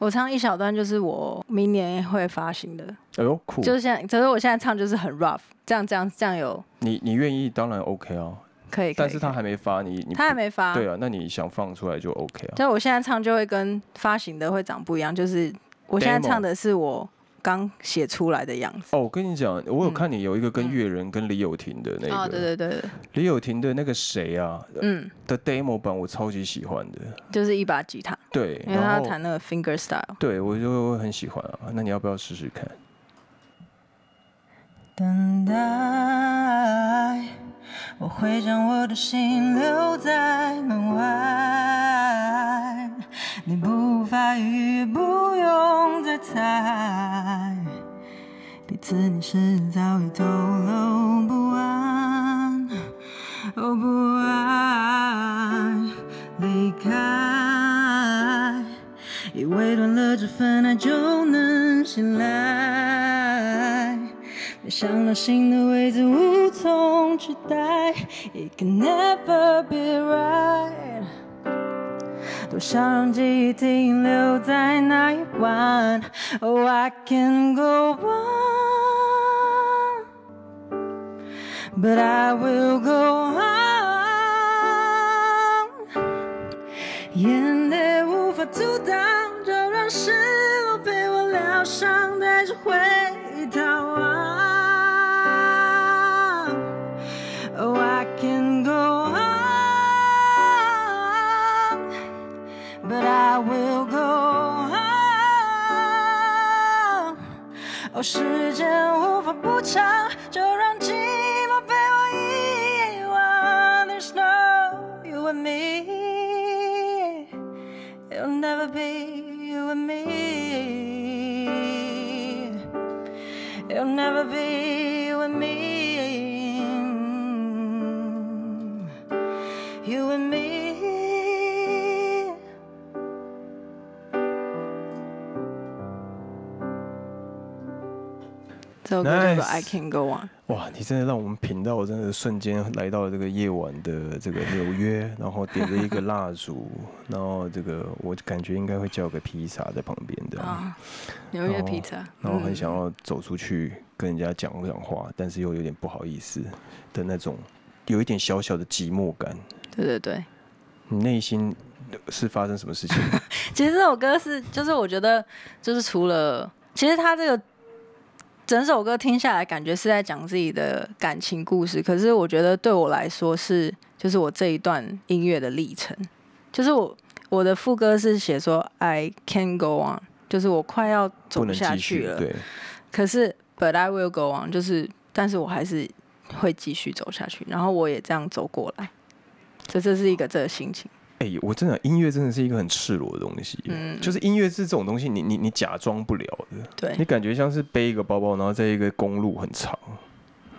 Speaker 3: 我唱一小段，就是我明年会发行的，
Speaker 1: 哎呦，酷！
Speaker 3: 就是现在，只是我现在唱就是很 rough，这样这样这样有
Speaker 1: 你你愿意当然 OK 啊，
Speaker 3: 可以，可以
Speaker 1: 但是他
Speaker 3: 可
Speaker 1: 还没发，你
Speaker 3: 以
Speaker 1: 你
Speaker 3: 他还没发，
Speaker 1: 对啊，那你想放出来就 OK 啊。
Speaker 3: 就我现在唱就会跟发行的会长不一样，就是我现在
Speaker 1: Demo
Speaker 3: 唱的是我刚写出来的样子。
Speaker 1: 哦，我跟你讲，我有
Speaker 3: 嗯
Speaker 1: 看你有一个跟
Speaker 3: 嗯
Speaker 1: 乐人跟李友廷的那个，
Speaker 3: 哦，对对对对，
Speaker 1: 李友廷的那个谁啊
Speaker 3: 嗯，
Speaker 1: 的 demo 版，我超级喜欢的。
Speaker 3: 就是一把吉他，
Speaker 1: 对，
Speaker 3: 因为他
Speaker 1: 然后
Speaker 3: 弹那个 finger style。
Speaker 1: 对我就会很喜欢啊。那你要不要试试看？
Speaker 4: 等待，我会将我的心留在门外，你不发语，不用再猜，彼此凝视早已透露不安，哦不安，离开。以为断了这份爱就能醒来，没想到新的位置无从取代。It can never be right。多想让记忆停留在那一晚。Oh, I can go on。But I will go on，眼泪无法阻挡，就让失落被我疗伤，带着回啊忆逃亡。Oh, I can go on, but I will go on. 哦，时间无法补偿，就让寂寞被我遗忘。There's no you and me, it'll never be you and me, it'll never be you and me, you and me.
Speaker 3: 这首歌叫做
Speaker 1: Nice
Speaker 3: I Can Go On。
Speaker 1: 哇，你真的让我们频道真的瞬间来到了这个夜晚的这个纽约，然后点着一个蜡烛，然后这个我感觉应该会叫个披萨在旁边的，
Speaker 3: 啊，纽约
Speaker 1: 然后
Speaker 3: 披萨，
Speaker 1: 然后很
Speaker 3: 嗯
Speaker 1: 想要走出去跟人家讲讲话，但是又有点不好意思的那种，有一点小小的寂寞感。
Speaker 3: 对对对，
Speaker 1: 你内心是发生什么事
Speaker 3: *laughs*
Speaker 1: 情？
Speaker 3: 其实这首歌是，就是我觉得，就是除了，其实他这个整首歌听下来，感觉是在讲自己的感情故事。可是我觉得对我来说是，就是我这一段音乐的历程。就是我我的副歌是写说 I can go on，就是我快要走
Speaker 1: 不
Speaker 3: 不
Speaker 1: 能
Speaker 3: 下
Speaker 1: 继
Speaker 3: 去
Speaker 1: 续
Speaker 3: 了。
Speaker 1: 对，
Speaker 3: 可是 But I will go on，就是但是我还是会继续走下去。然后我也这样走过来，这这是一个这个心情。
Speaker 1: 哎、我真的音乐真的是一个很赤裸的东西，
Speaker 3: 嗯
Speaker 1: 就是音乐是这种东西你，你你假装不了的。
Speaker 3: 对
Speaker 1: 你感觉像是背一个包包，然后在一个公路很长，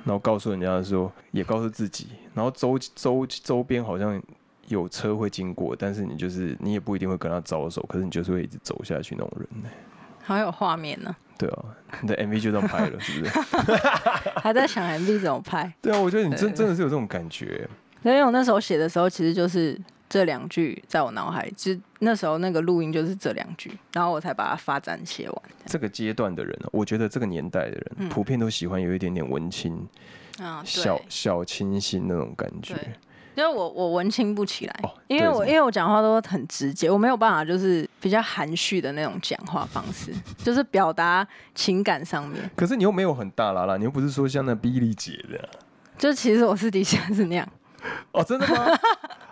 Speaker 1: 然后告诉人家说，也告诉自己，然后周周周边好像有车会经过，但是你就是你也不一定会跟他招手，可是你就是会一直走下去那种人呢。 *laughs*
Speaker 3: 好有画面呢、
Speaker 1: 对啊，你的 MV 就这样拍了，是不
Speaker 3: *laughs*
Speaker 1: 是？
Speaker 3: 还在想 MV 怎么拍。
Speaker 1: 对啊，我觉得你真真的是有这种感觉。
Speaker 3: 因为我那时候写的时候，其实就是这两句在我脑海里，就那时候那个录音就是这两句，然后我才把它发展写完。
Speaker 1: 这个阶段的人，我觉得这个年代的人，
Speaker 3: 嗯
Speaker 1: 普遍都喜欢有一点点文青、
Speaker 3: 啊，
Speaker 1: 小小清新那种感觉。
Speaker 3: 对因为我我文青不起来，
Speaker 1: 哦
Speaker 3: 因为
Speaker 1: 对
Speaker 3: 我
Speaker 1: 是
Speaker 3: 因为我讲话都很直接，我没有办法就是比较含蓄的那种讲话方式，就是表达情感上面。
Speaker 1: 可是你又没有很大啦啦，你又不是说像那比利姐的啊、
Speaker 3: 就其实我私底下是那样，啊
Speaker 1: 哦，真的
Speaker 3: *laughs*
Speaker 1: 吗？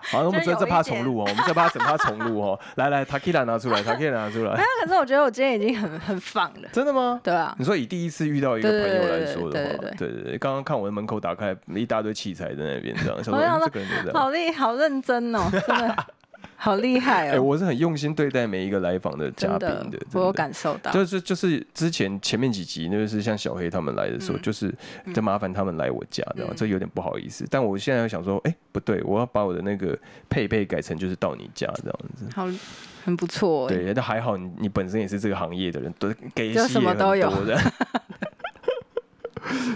Speaker 1: 好，那我们
Speaker 3: 就
Speaker 1: 这
Speaker 3: 有
Speaker 1: 这
Speaker 3: 一
Speaker 1: 怕
Speaker 3: 点
Speaker 1: 重录哦，我们这怕整怕重录哦。来来，Takira 拿出来，Takira 拿出来，
Speaker 3: 那可是我觉得我今天已经很很放了，
Speaker 1: 真的吗？
Speaker 3: 对啊，
Speaker 1: 你说以第一次遇到一个
Speaker 3: 对
Speaker 1: 朋
Speaker 3: 对
Speaker 1: 友
Speaker 3: 对
Speaker 1: 来说的
Speaker 3: 对
Speaker 1: 话，
Speaker 3: 对对
Speaker 1: 对对对，刚刚看我的门口打开一大堆器材在那边，这样想说
Speaker 3: 我
Speaker 1: 嗯
Speaker 3: 想说
Speaker 1: 这个人就这样。
Speaker 3: 好厉好认真哦，真的
Speaker 1: *laughs*
Speaker 3: 好厉害
Speaker 1: 哎、
Speaker 3: 哦，
Speaker 1: 我是很用心对待每一个来访的嘉
Speaker 3: 真
Speaker 1: 宾的，真
Speaker 3: 我有
Speaker 1: 的
Speaker 3: 感受到，
Speaker 1: 就是就是之前前面几集，那就是像小黑他们来的时候，
Speaker 3: 嗯
Speaker 1: 就是就麻烦他们来我家，这样、
Speaker 3: 嗯
Speaker 1: 这有点不好意思。但我现在想说，哎、不对，我要把我的那个配备改成就是到你家这样子。
Speaker 3: 好很不错、哦。
Speaker 1: 对，但还好你你本身也是这个行业的人，对，给
Speaker 3: 就
Speaker 1: 戏
Speaker 3: 什
Speaker 1: 也
Speaker 3: 么
Speaker 1: 很
Speaker 3: 都有
Speaker 1: 多的。 *laughs*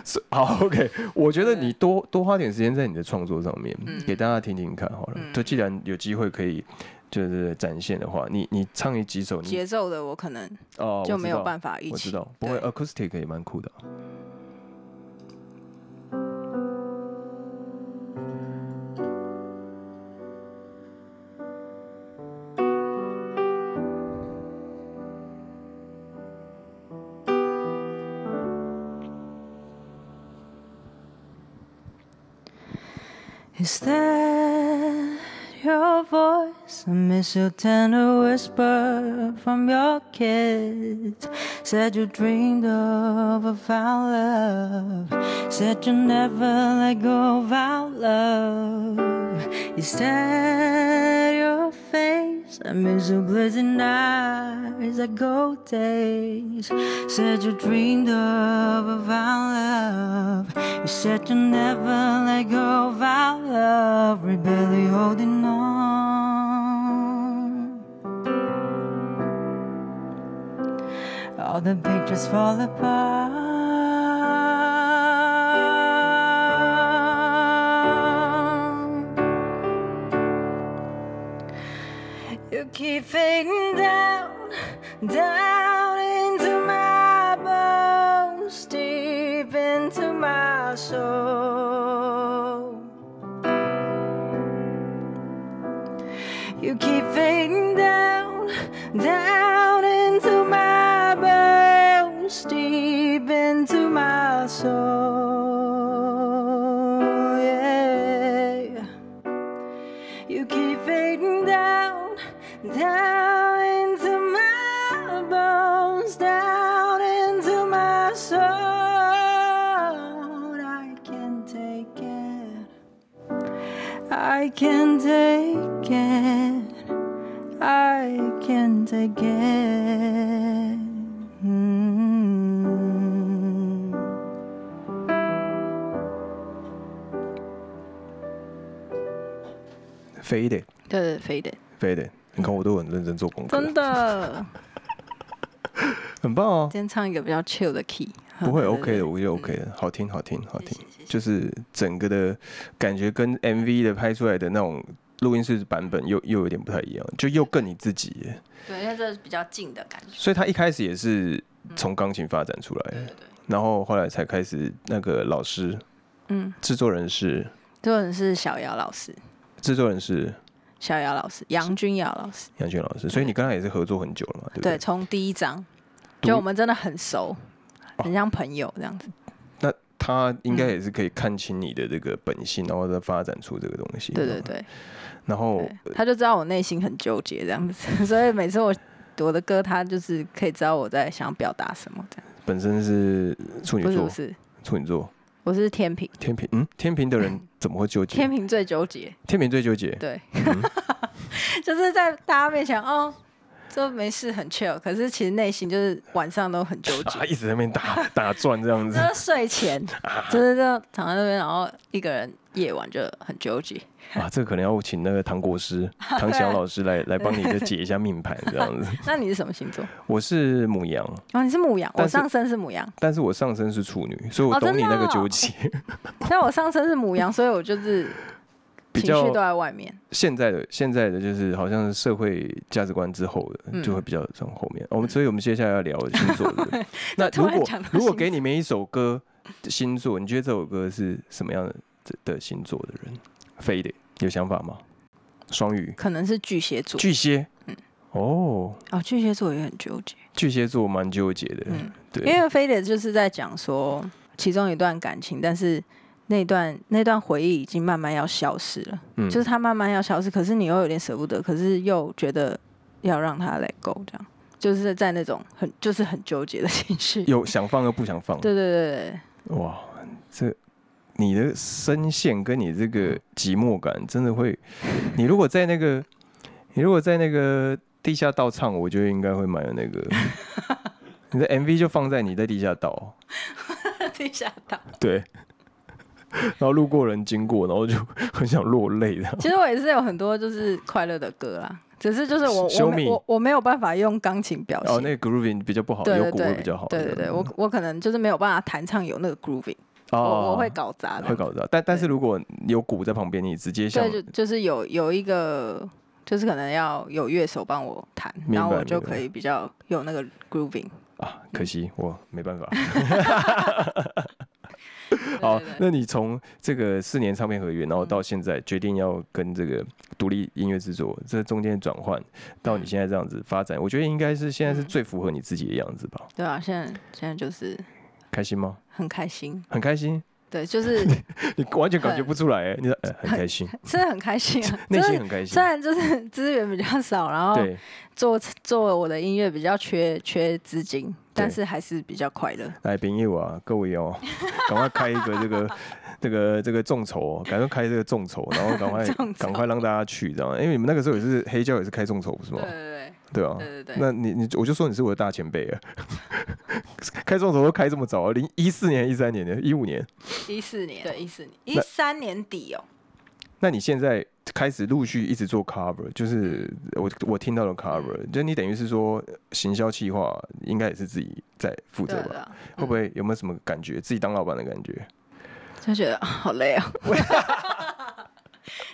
Speaker 1: 是好，OK，我觉得你多多花点时间在你的创作上面，
Speaker 3: 嗯
Speaker 1: 给大家听听看好了。
Speaker 3: 嗯
Speaker 1: 就既然有机会可以就是展现的话，你你唱一几首，你
Speaker 3: 节奏的我可能
Speaker 1: 哦
Speaker 3: 就没有
Speaker 1: 法。
Speaker 3: 办法一
Speaker 1: 我
Speaker 3: 起
Speaker 1: 知，道，不会
Speaker 3: 对
Speaker 1: acoustic 也蛮酷的啊。
Speaker 4: Is that your voice? I miss your tender whisper from your kiss. Said you dreamed of a found love. Said you never let go of our love. Is that your face? I miss your blazing eyes, like gold days. Said you dreamed of a found love. You said you never let go of our love, rebellion holding on. All the pictures fall apart. You keep fading down, down into my bones, deep into my soul. You keep fading down, down into my bones, deep into my soul. Yeah. You keep fading down, down into my bones, down into my soul. I can take it. I can take it. I can take it. Mm.
Speaker 1: faded
Speaker 3: 对对，非得
Speaker 1: faded，你看我都很认真做功课，*laughs*
Speaker 3: 真的。
Speaker 1: 很棒哦。
Speaker 3: 今天唱一个比较 chill 的 key，
Speaker 1: 不会
Speaker 3: 嗯对对
Speaker 1: OK
Speaker 3: 对
Speaker 1: 的，我觉得 OK 的，好听好听好听，就是整个的感觉跟 MV 的拍出来的那种录音室版本又又有点不太一样，就又更你自己耶。
Speaker 3: 对，因为这是比较近的感觉。
Speaker 1: 所以他一开始也是
Speaker 3: 嗯
Speaker 1: 从钢琴发展出来的，然后后来才开始那个老师，
Speaker 3: 嗯，
Speaker 1: 制作人是
Speaker 3: 这人是小姚老师，
Speaker 1: 制作人是
Speaker 3: 小姚老师，杨君瑶老师。
Speaker 1: 杨俊老师，所以你跟他也是合作很久了嘛，对不
Speaker 3: 对，
Speaker 1: 对？
Speaker 3: 从第一章，
Speaker 1: 独
Speaker 3: 就我们真的很熟，
Speaker 1: 哦
Speaker 3: 很像朋友这样子。
Speaker 1: 那他应
Speaker 3: 嗯
Speaker 1: 该也是可以看清你的这个本性，然后再发展出这个东西。
Speaker 3: 对
Speaker 1: 这样
Speaker 3: 对对，
Speaker 1: 然后
Speaker 3: 对他就知道我内心很纠结这样子， *laughs* 所以每次我我的歌，他就是可以知道我在想表达什么这样。
Speaker 1: 本身是处女
Speaker 3: 不是
Speaker 1: 座
Speaker 3: 不，是，
Speaker 1: 处女座
Speaker 3: 我是天平，
Speaker 1: 天平，嗯，天平的人怎么会纠结？
Speaker 3: 天平最纠结， *laughs*
Speaker 1: 天平最纠结，
Speaker 3: 对，就是在大家面前哦。就没事很 chill，可是其实内心就是晚上都很纠结
Speaker 1: 啊，，一直在那边
Speaker 3: *laughs*
Speaker 1: 打打转这样子
Speaker 3: 就是睡
Speaker 1: *laughs*
Speaker 3: 前，
Speaker 1: 啊
Speaker 3: 就是就躺在那边，然后一个人夜晚就很纠结。
Speaker 1: 啊，这个可能要请那个唐国
Speaker 3: *laughs*
Speaker 1: 师、唐翔老师来来帮你再解一下命盘这样子。
Speaker 3: 那你是什么星座？
Speaker 1: 我是母羊，
Speaker 3: 哦，你是母羊，
Speaker 1: 但
Speaker 3: 我
Speaker 1: 是
Speaker 3: 上身是母羊，
Speaker 1: 但是我上身是处女，所以我
Speaker 3: 哦
Speaker 1: 懂
Speaker 3: 真
Speaker 1: 你
Speaker 3: 的
Speaker 1: 那个
Speaker 3: 哦
Speaker 1: 纠结。
Speaker 3: 但我上身是母羊，所以我就是
Speaker 1: *laughs* 比
Speaker 3: 情绪
Speaker 1: 较
Speaker 3: 都在外面。
Speaker 1: 现在的现在的就是好像是社会价值观之后的，
Speaker 3: 嗯
Speaker 1: 就会比较从后面。我哦们所以我们接下来要聊星座
Speaker 3: *laughs*
Speaker 1: 的对。那
Speaker 3: 突
Speaker 1: 如
Speaker 3: 然
Speaker 1: 果
Speaker 3: 讲到
Speaker 1: 如果
Speaker 3: 星
Speaker 1: 给你们一首歌星座，你觉得这首歌是什么样的的星座的人？非得有想法吗？双鱼、
Speaker 3: 可能是巨蟹座嗯
Speaker 1: 巨蟹，哦，
Speaker 3: 哦，巨蟹座也很纠结，
Speaker 1: 巨蟹座蛮纠结的，
Speaker 3: 嗯
Speaker 1: 对，
Speaker 3: 因为非得就是在讲说其中一段感情，但是那段那段回忆已经慢慢要消失了，
Speaker 1: 嗯
Speaker 3: 就是它慢慢要消失，可是你又有点舍不得，可是又觉得要让它 let go，这样就是在那种很就是很纠结的情绪。
Speaker 1: 有想放又不想放，
Speaker 3: 对对对对，
Speaker 1: 哇，这你的声线跟你这个寂寞感真的会，你如果在那个， *laughs* 你如果在那个地下道唱，我觉得应该会蛮有那个。你的 MV 就放在你在地下道，
Speaker 3: *laughs* 地下道。
Speaker 1: 对，然后路过人经过，然后就很想落泪的。
Speaker 3: 其实我也是有很多就是快乐的歌啦，只是就是我我
Speaker 1: Show
Speaker 3: 没
Speaker 1: me
Speaker 3: 我我没有办法用钢琴表
Speaker 1: 然后
Speaker 3: 现。
Speaker 1: 哦那个 grooving 比较不好，
Speaker 3: 对
Speaker 1: 有
Speaker 3: 对
Speaker 1: 鼓会
Speaker 3: 对，
Speaker 1: 比较好这
Speaker 3: 对
Speaker 1: 样。嗯
Speaker 3: 对对，我我可能就是没有办法弹唱有那个 grooving，、我我会搞砸
Speaker 1: 啊
Speaker 3: 的，
Speaker 1: 哦会搞砸，但但是如果有鼓在旁边，你直接像
Speaker 3: 对，就就是有有一个，就是可能要有乐手帮我弹，
Speaker 1: 明白
Speaker 3: 然后我就
Speaker 1: 明白
Speaker 3: 可以比较有那个 grooving。
Speaker 1: 啊，可惜我没办法。
Speaker 3: 对
Speaker 1: 好
Speaker 3: 对，对
Speaker 1: 那你从这个四年唱片合约，然后到现在决定要跟这个独立音乐制作，这中间的转换，到你现在这样子发展，我觉得应该是现在是
Speaker 3: 嗯
Speaker 1: 最符合你自己的样子吧？
Speaker 3: 对啊，现在现在就是
Speaker 1: 开心吗？
Speaker 3: 很开心，
Speaker 1: 很开心，
Speaker 3: 对，就是 *laughs*
Speaker 1: 你完全感觉不出来欸，你说呃很开 *laughs* 心，
Speaker 3: 真的很开心啊，
Speaker 1: *laughs* 内
Speaker 3: 真
Speaker 1: 心
Speaker 3: 的
Speaker 1: 很开心
Speaker 3: 虽，然就是资源比较少，然后
Speaker 1: 对，
Speaker 3: 做做我的音乐比较缺缺资金，但是还是比较快乐。
Speaker 1: 来朋友啊，各位哦， *laughs* 赶快开一个这个 *laughs* 这个这个众筹哦，赶快开这个 *laughs* 众筹，然后赶快
Speaker 3: 众筹
Speaker 1: 赶快让大家去，这样，因为你们那个时候也是黑胶也是开众筹，不是吗
Speaker 3: 对？对
Speaker 1: 对啊，
Speaker 3: 对对对对，
Speaker 1: 那你你我就说你是我的大前辈啊， *laughs* 开众筹都开这么早啊，零一四年、一三年的、一五年，
Speaker 3: 一四年对一四年一
Speaker 1: 那
Speaker 3: 三年底哦，
Speaker 1: 那你现在开始陆续一直做 cover，就是我我听到的 cover，就
Speaker 3: 嗯
Speaker 1: 你等于是说呃行销企划应该也是自己在负
Speaker 3: 对
Speaker 1: 责
Speaker 3: 啊对
Speaker 1: 吧？
Speaker 3: 啊，
Speaker 1: 会不会有没有什么感觉？自己当老板的感觉？
Speaker 3: 就觉得啊好
Speaker 1: *laughs*
Speaker 3: 累哦。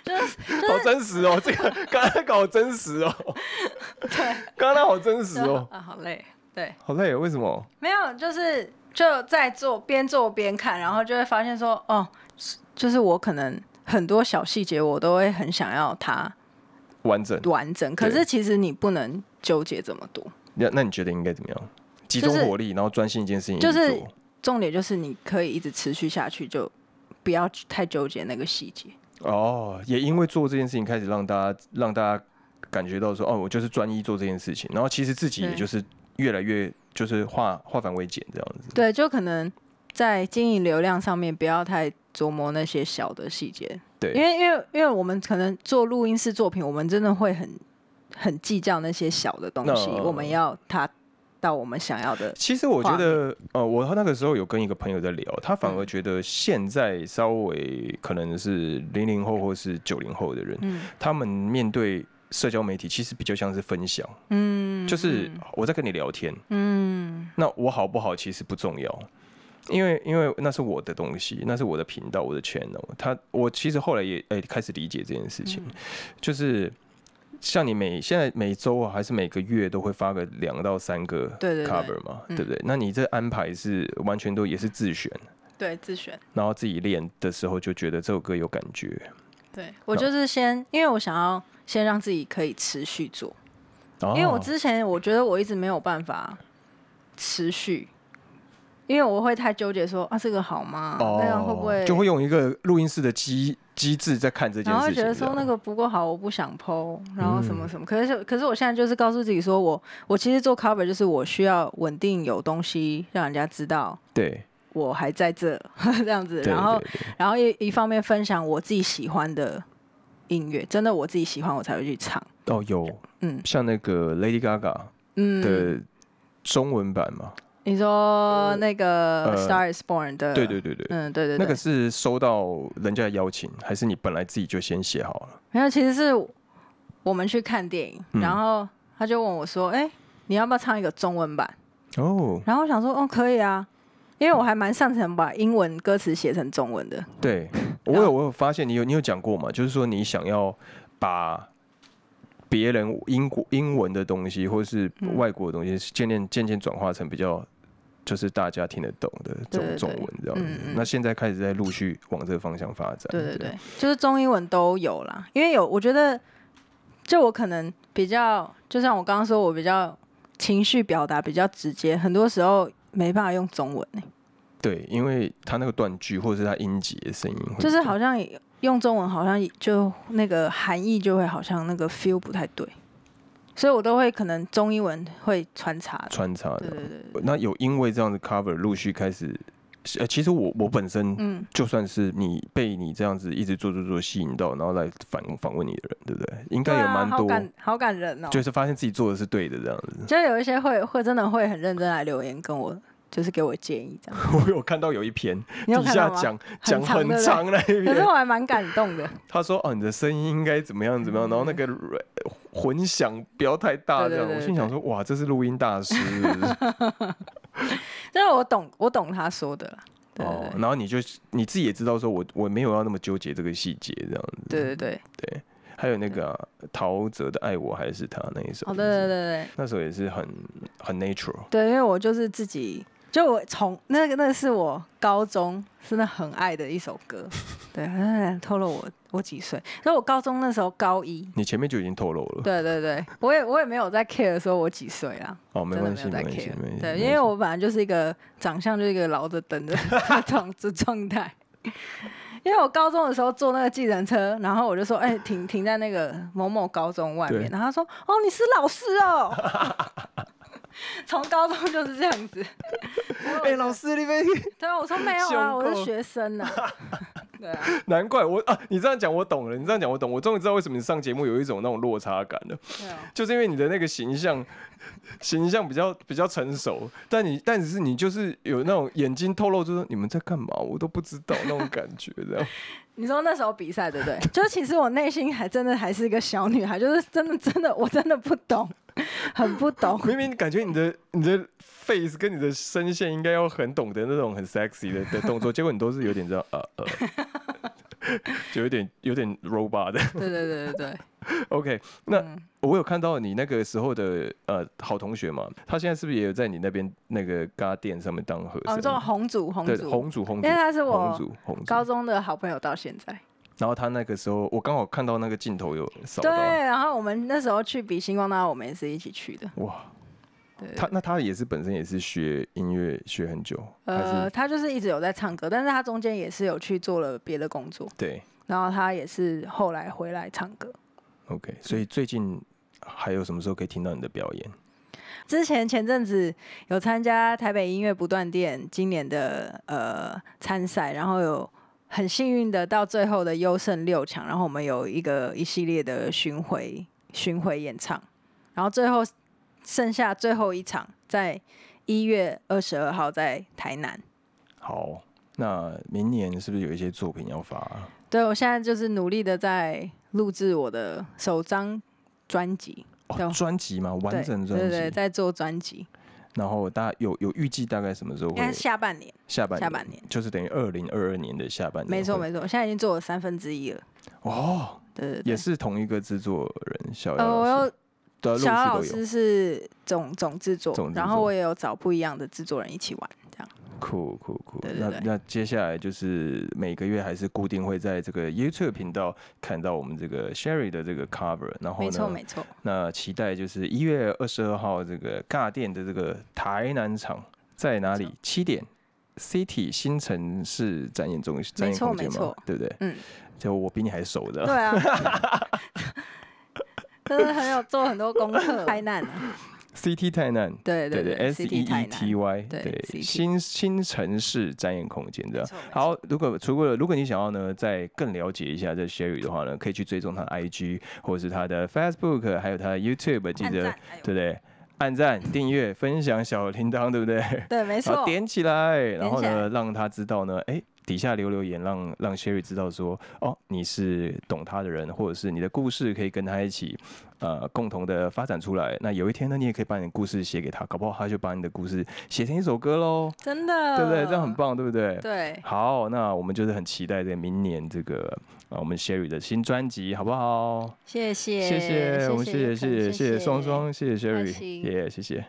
Speaker 3: 就是
Speaker 1: 好真实哦，这个刚刚搞真实哦，
Speaker 3: *laughs* 对，
Speaker 1: 刚刚那好真实
Speaker 3: 就
Speaker 1: 哦，
Speaker 3: 啊好累，对，
Speaker 1: 好累哦，为什么？
Speaker 3: 没有就是就在做边做边看，然后就会发现说哦，是就是我可能很多小细节我都会很想要它
Speaker 1: 完整？
Speaker 3: 完整，可
Speaker 1: 对
Speaker 3: 是其实你不能纠结这么多。
Speaker 1: 那那你觉得应该怎么样？集
Speaker 3: 就
Speaker 1: 中
Speaker 3: 是
Speaker 1: 火力，然后专心一件事情一
Speaker 3: 就
Speaker 1: 直做，
Speaker 3: 是重点就是你可以一直持续下去，就不要太纠结那个细节。
Speaker 1: 哦，也因为做这件事情，开始让大家让大家感觉到说，哦，我就是专一做这件事情，然后其实自己也
Speaker 3: 对
Speaker 1: 就是越来越就是化化繁为简这样子。
Speaker 3: 对，就可能在经营流量上面不要太琢磨那些小的细节，
Speaker 1: 对，
Speaker 3: 因为因为因为我们可能做录音室作品，我们真的会很很计较那些小的东西，
Speaker 1: 那
Speaker 3: 我们要它到我们想要
Speaker 1: *sniffs*
Speaker 3: 的。
Speaker 1: 其实我觉
Speaker 3: 画
Speaker 1: 得，呃，我那个时候有跟一个朋友在聊，他反
Speaker 3: 嗯
Speaker 1: 而觉得现在稍微可能是零零后或是九零后的人，
Speaker 3: 嗯
Speaker 1: 他们面对社交媒体其实比较像是分享，
Speaker 3: 嗯，
Speaker 1: 就是我在跟你聊天，
Speaker 3: 嗯
Speaker 1: 那我好不好其实不重要，因为因为那是我的东西，那是我的频道，我的 channel。他我其实后来也哎、开始理解这件事情，
Speaker 3: 嗯
Speaker 1: 就是像你每现在每周啊还是每个月都会发个两到三个
Speaker 3: 对对对
Speaker 1: cover 嘛，
Speaker 3: 嗯
Speaker 1: 对不对？那你这安排是完全都也是自选，
Speaker 3: 对自选。
Speaker 1: 然后自己练的时候就觉得这首歌有感觉。
Speaker 3: 对我
Speaker 1: 那
Speaker 3: 就是先，因为我想要先让自己可以持续做，
Speaker 1: 哦
Speaker 3: 因为我之前我觉得我一直没有办法持续，因为我会太纠结说啊这个好吗？那样啊会不会？
Speaker 1: 哦就会用一个录音室的机机制在看这件
Speaker 3: 然后
Speaker 1: 事
Speaker 3: 会
Speaker 1: 情这
Speaker 3: 觉
Speaker 1: 样？嗯
Speaker 3: 得说那个不够好，我不想剖，然后什么什么。可是可是我现在就是告诉自己说我我其实做 cover 就是我需要稳定有东西让人家知道
Speaker 1: 对，
Speaker 3: 我还在这 *laughs* 这样子，
Speaker 1: 对
Speaker 3: 然后
Speaker 1: 对对
Speaker 3: 然后一一方面分享我自己喜欢的音乐，真的我自己喜欢我才会去唱。
Speaker 1: 哦有，
Speaker 3: 嗯
Speaker 1: 像那个 Lady Gaga
Speaker 3: 嗯，
Speaker 1: 的中文版嘛，
Speaker 3: 你说那个
Speaker 1: 呃
Speaker 3: Star is Born 的，
Speaker 1: 对对对对，
Speaker 3: 嗯对对对，
Speaker 1: 那个是收到人家的邀请，还是你本来自己就先写好了？
Speaker 3: 没有，其实是我们去看电影，
Speaker 1: 嗯
Speaker 3: 然后他就问我说：“哎、你要不要唱一个中文版
Speaker 1: 哦？”，
Speaker 3: 然后我想说：“哦，可以啊。”因为我还蛮擅长把英文歌词写成中文的。 *laughs*
Speaker 1: 对，我有我有发现，你有你有讲过嘛？就是说你想要把别人英国英文的东西，或是
Speaker 3: 嗯
Speaker 1: 外国的东西，渐渐渐渐转化成比较就是大家听得懂的这
Speaker 3: 对对
Speaker 1: 种
Speaker 3: 对
Speaker 1: 中文这样子。
Speaker 3: 嗯嗯
Speaker 1: 那现在开始在陆续往这个方向发展。
Speaker 3: 对对对，就是中英文都有啦，因为有我觉得，就我可能比较，就像我刚刚说，我比较情绪表达比较直接，很多时候没办法用中文、欸，
Speaker 1: 对，因为他那个断句或者是他音节的声音会，
Speaker 3: 就是好像也用中文好像就那个含义就会好像那个 feel 不太对，所以我都会可能中英文会穿插的。
Speaker 1: 穿插
Speaker 3: 对
Speaker 1: 的。
Speaker 3: 对对，
Speaker 1: 那有因为这样子 cover 陆续开始，呃，其实我我本身
Speaker 3: 嗯，
Speaker 1: 就算是你被你这样子一直做做做吸引到，然后来访访问你的人，对不对？应该有
Speaker 3: 对啊
Speaker 1: 蛮
Speaker 3: 好
Speaker 1: 多，
Speaker 3: 感嗯好感人哦。
Speaker 1: 就是发现自己做的是对的这样子。
Speaker 3: 就有一些会会真的会很认真来留言跟我，就是给我建议
Speaker 1: *laughs*
Speaker 3: 这样。
Speaker 1: *laughs* 我有看到有一篇
Speaker 3: *laughs* 你有
Speaker 1: 底
Speaker 3: 看
Speaker 1: 下
Speaker 3: 到吗？
Speaker 1: 讲讲
Speaker 3: 长
Speaker 1: 很
Speaker 3: 对不对
Speaker 1: 长那一
Speaker 3: 可是
Speaker 1: 篇，
Speaker 3: 我还蛮感动的。 *laughs*
Speaker 1: 他说哦你的声音应该怎么样怎么样，然后那个呃混响不要太大这
Speaker 3: 嗯对对
Speaker 1: 样。
Speaker 3: 对
Speaker 1: 我
Speaker 3: 对
Speaker 1: 心想说哇，这是录音大师 *laughs* 是不是
Speaker 3: 就是我懂，我懂他说的啦。对对
Speaker 1: 哦
Speaker 3: 对。
Speaker 1: 然后你就你自己也知道说我我没有要那么纠结这个细节这样子。
Speaker 3: 对对对，
Speaker 1: 还有那个啊陶喆的《爱我还是他》那一首，
Speaker 3: 哦，对对对对
Speaker 1: 那首也是很很 natural。
Speaker 3: 对，因为我就是自己，就我从那个那个是我高中真的很爱的一首歌，对，哎透露我我几岁，所以我高中那时候高一，
Speaker 1: 你前面就已经透露了，
Speaker 3: 对对对，我也我也没有在 care 说我几岁啦，
Speaker 1: 哦，没
Speaker 3: 真的
Speaker 1: 关系，没关
Speaker 3: 没有在
Speaker 1: 系，没关
Speaker 3: care，
Speaker 1: 系。
Speaker 3: 对，
Speaker 1: 没
Speaker 3: 因为
Speaker 1: 关
Speaker 3: 我本来就是一个长相就是一个老着等的 *laughs* 这种这状态。因为我高中的时候坐那个计程车，然后我就说，哎、停停在那个某某高中外面
Speaker 1: 对，
Speaker 3: 然后他说，哦，你是老师哦， *laughs* 从高中就是这样子。
Speaker 1: 系哎，老师，你们 *laughs*
Speaker 3: 对啊，我说没有
Speaker 1: 凶
Speaker 3: 啊，
Speaker 1: 够
Speaker 3: 我是学生
Speaker 1: *laughs*
Speaker 3: 呐、啊。对啊，
Speaker 1: 难怪我啊，你这样讲我懂了，你这样讲我懂，我终于知道为什么你上节目有一种那种落差感了，
Speaker 3: 对啊，
Speaker 1: 就是因为你的那个形象， *laughs* 形象比较比较成熟，但你但只是你就是有那种眼睛透露，就是你们在干嘛，我都不知道那种感觉，这样
Speaker 3: 你说那时候比赛对不对？就其实我内心还真的还是一个小女孩，就是真的真的我真的不懂，很不懂。 *laughs*
Speaker 1: 明明感觉你的你的 face 跟你的声线应该要很懂得那种很 sexy 的的动作，结果你都是有点这样呃呃， *laughs* 就有点有点 robot 的。
Speaker 3: *laughs* 对对对对对，
Speaker 1: OK，那、
Speaker 3: 嗯
Speaker 1: 我有看到你那个时候的呃好同学嘛，他现在是不是也有在你那边那个咖店上面当和
Speaker 3: 哦，
Speaker 1: 声？
Speaker 3: 这种红组红
Speaker 1: 对，
Speaker 3: 组，
Speaker 1: 红主红
Speaker 3: 因
Speaker 1: 主
Speaker 3: 为他是
Speaker 1: 红
Speaker 3: 我
Speaker 1: 主红
Speaker 3: 高
Speaker 1: 主。
Speaker 3: 中的好朋友到现在。
Speaker 1: 然后他那个时候，我刚好看到那个镜头有扫
Speaker 3: 对，
Speaker 1: 到，
Speaker 3: 然后我们那时候去比星光大道，我们也是一起去的。
Speaker 1: 哇，
Speaker 3: 对，
Speaker 1: 他那他也是本身也是学音乐学很久，还
Speaker 3: 呃，
Speaker 1: 是
Speaker 3: 他就是一直有在唱歌，但是他中间也是有去做了别的工作，
Speaker 1: 对
Speaker 3: 然后他也是后来回来唱歌。
Speaker 1: OK，所以最近还有什么时候可以听到你的表演？
Speaker 3: 之前前阵子有参加台北音乐不断电今年的呃参赛，然后有很幸运的到最后的优胜六强，然后我们有一个一系列的巡回巡回演唱，然后最后剩下最后一场在一月二十二号在台南。
Speaker 1: 好，那明年是不是有一些作品要发啊、
Speaker 3: 对我现在就是努力的在录制我的首张专辑，
Speaker 1: 哦，
Speaker 3: 有
Speaker 1: 专辑嘛，完
Speaker 3: 对
Speaker 1: 整
Speaker 3: 对对，
Speaker 1: 专辑。
Speaker 3: 在做专辑，
Speaker 1: 然后大家有有预计大概什么时候
Speaker 3: 应
Speaker 1: 会
Speaker 3: 该？下半年，
Speaker 1: 下半
Speaker 3: 下半年
Speaker 1: 就是等于二零二二年的下半年会，
Speaker 3: 没错没错，现在已经做了三分之一了。
Speaker 1: 哦，
Speaker 3: 对对对。
Speaker 1: 也是同一个制作人小姚
Speaker 3: 呃，我
Speaker 1: 老师，
Speaker 3: 有
Speaker 1: 对啊，
Speaker 3: 小姚老
Speaker 1: 陆续都有
Speaker 3: 师是总总制作，
Speaker 1: 总制
Speaker 3: 然后
Speaker 1: 作
Speaker 3: 我也有找不一样的制作人一起玩，这样。
Speaker 1: 酷酷酷
Speaker 3: 对。对
Speaker 1: 那
Speaker 3: 对
Speaker 1: 那接下来就是每个月还是固定会在这个 YouTube 频道看到我们这个 Sherry 的这个 cover，然后
Speaker 3: 没错
Speaker 1: 呢，*laughs*
Speaker 3: 没错，
Speaker 1: 哦那期待就是一月二十二号这个尬店的这个台南场在哪里？七点。City 新城市展演中心，展
Speaker 3: 没
Speaker 1: 演
Speaker 3: 错
Speaker 1: 空间
Speaker 3: 没
Speaker 1: 嘛
Speaker 3: 错，
Speaker 1: 对不对？ *laughs*
Speaker 3: 嗯，
Speaker 1: 就我比你还熟的
Speaker 3: 对。啊， *laughs* 真的很有做很多功课。台南啊，
Speaker 1: CT 台南，
Speaker 3: 对
Speaker 1: 对
Speaker 3: 对
Speaker 1: ，S E
Speaker 3: ，CT 台
Speaker 1: E
Speaker 3: 南
Speaker 1: T Y，
Speaker 3: 对
Speaker 1: 对，
Speaker 3: CT
Speaker 1: 新新城市展演空间这样
Speaker 3: 没错没。错
Speaker 1: 好，如果除了如果你想要呢，再更了解一下这 Sherry 的话呢，可以去追踪他的 IG 或者是他的 Facebook，还有他的 YouTube，记
Speaker 3: 按
Speaker 1: 得
Speaker 3: 赞哎呦
Speaker 1: 对不对？按赞、订阅、分享小铃铛，对不对？
Speaker 3: 对，没
Speaker 1: 好，
Speaker 3: 错，
Speaker 1: 啊点起来，然后
Speaker 3: 点起
Speaker 1: 呢，
Speaker 3: 来
Speaker 1: 让他知道呢，哎，底下留留言让让 Sherry 知道说，哦，你是懂他的人，或者是你的故事可以跟他一起，呃，共同的发展出来。那有一天呢，你也可以把你的故事写给他，搞不好他就把你的故事写成一首歌喽，
Speaker 3: 真的，
Speaker 1: 对不对？这样很。棒，对不对？
Speaker 3: 对，
Speaker 1: 好，那我们就是很期待在明年这个啊、呃我们 Sherry 的新专辑，好不好？
Speaker 3: 谢谢，
Speaker 1: 谢谢，我们谢谢，谢谢，谢谢双双，谢谢
Speaker 3: 开
Speaker 1: Sherry，
Speaker 3: 心
Speaker 1: 耶谢谢。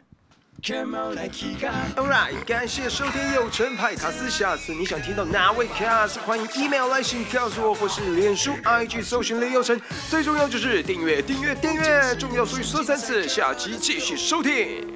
Speaker 2: Come on，来起嘎！Alright，感谢收听有城派卡斯，下次你想听到哪位卡斯，欢迎 email 来信告诉我，或是脸书、IG 搜寻林有城。最重要就是订阅、订阅、订阅，重要所以说三次，下期继续收听。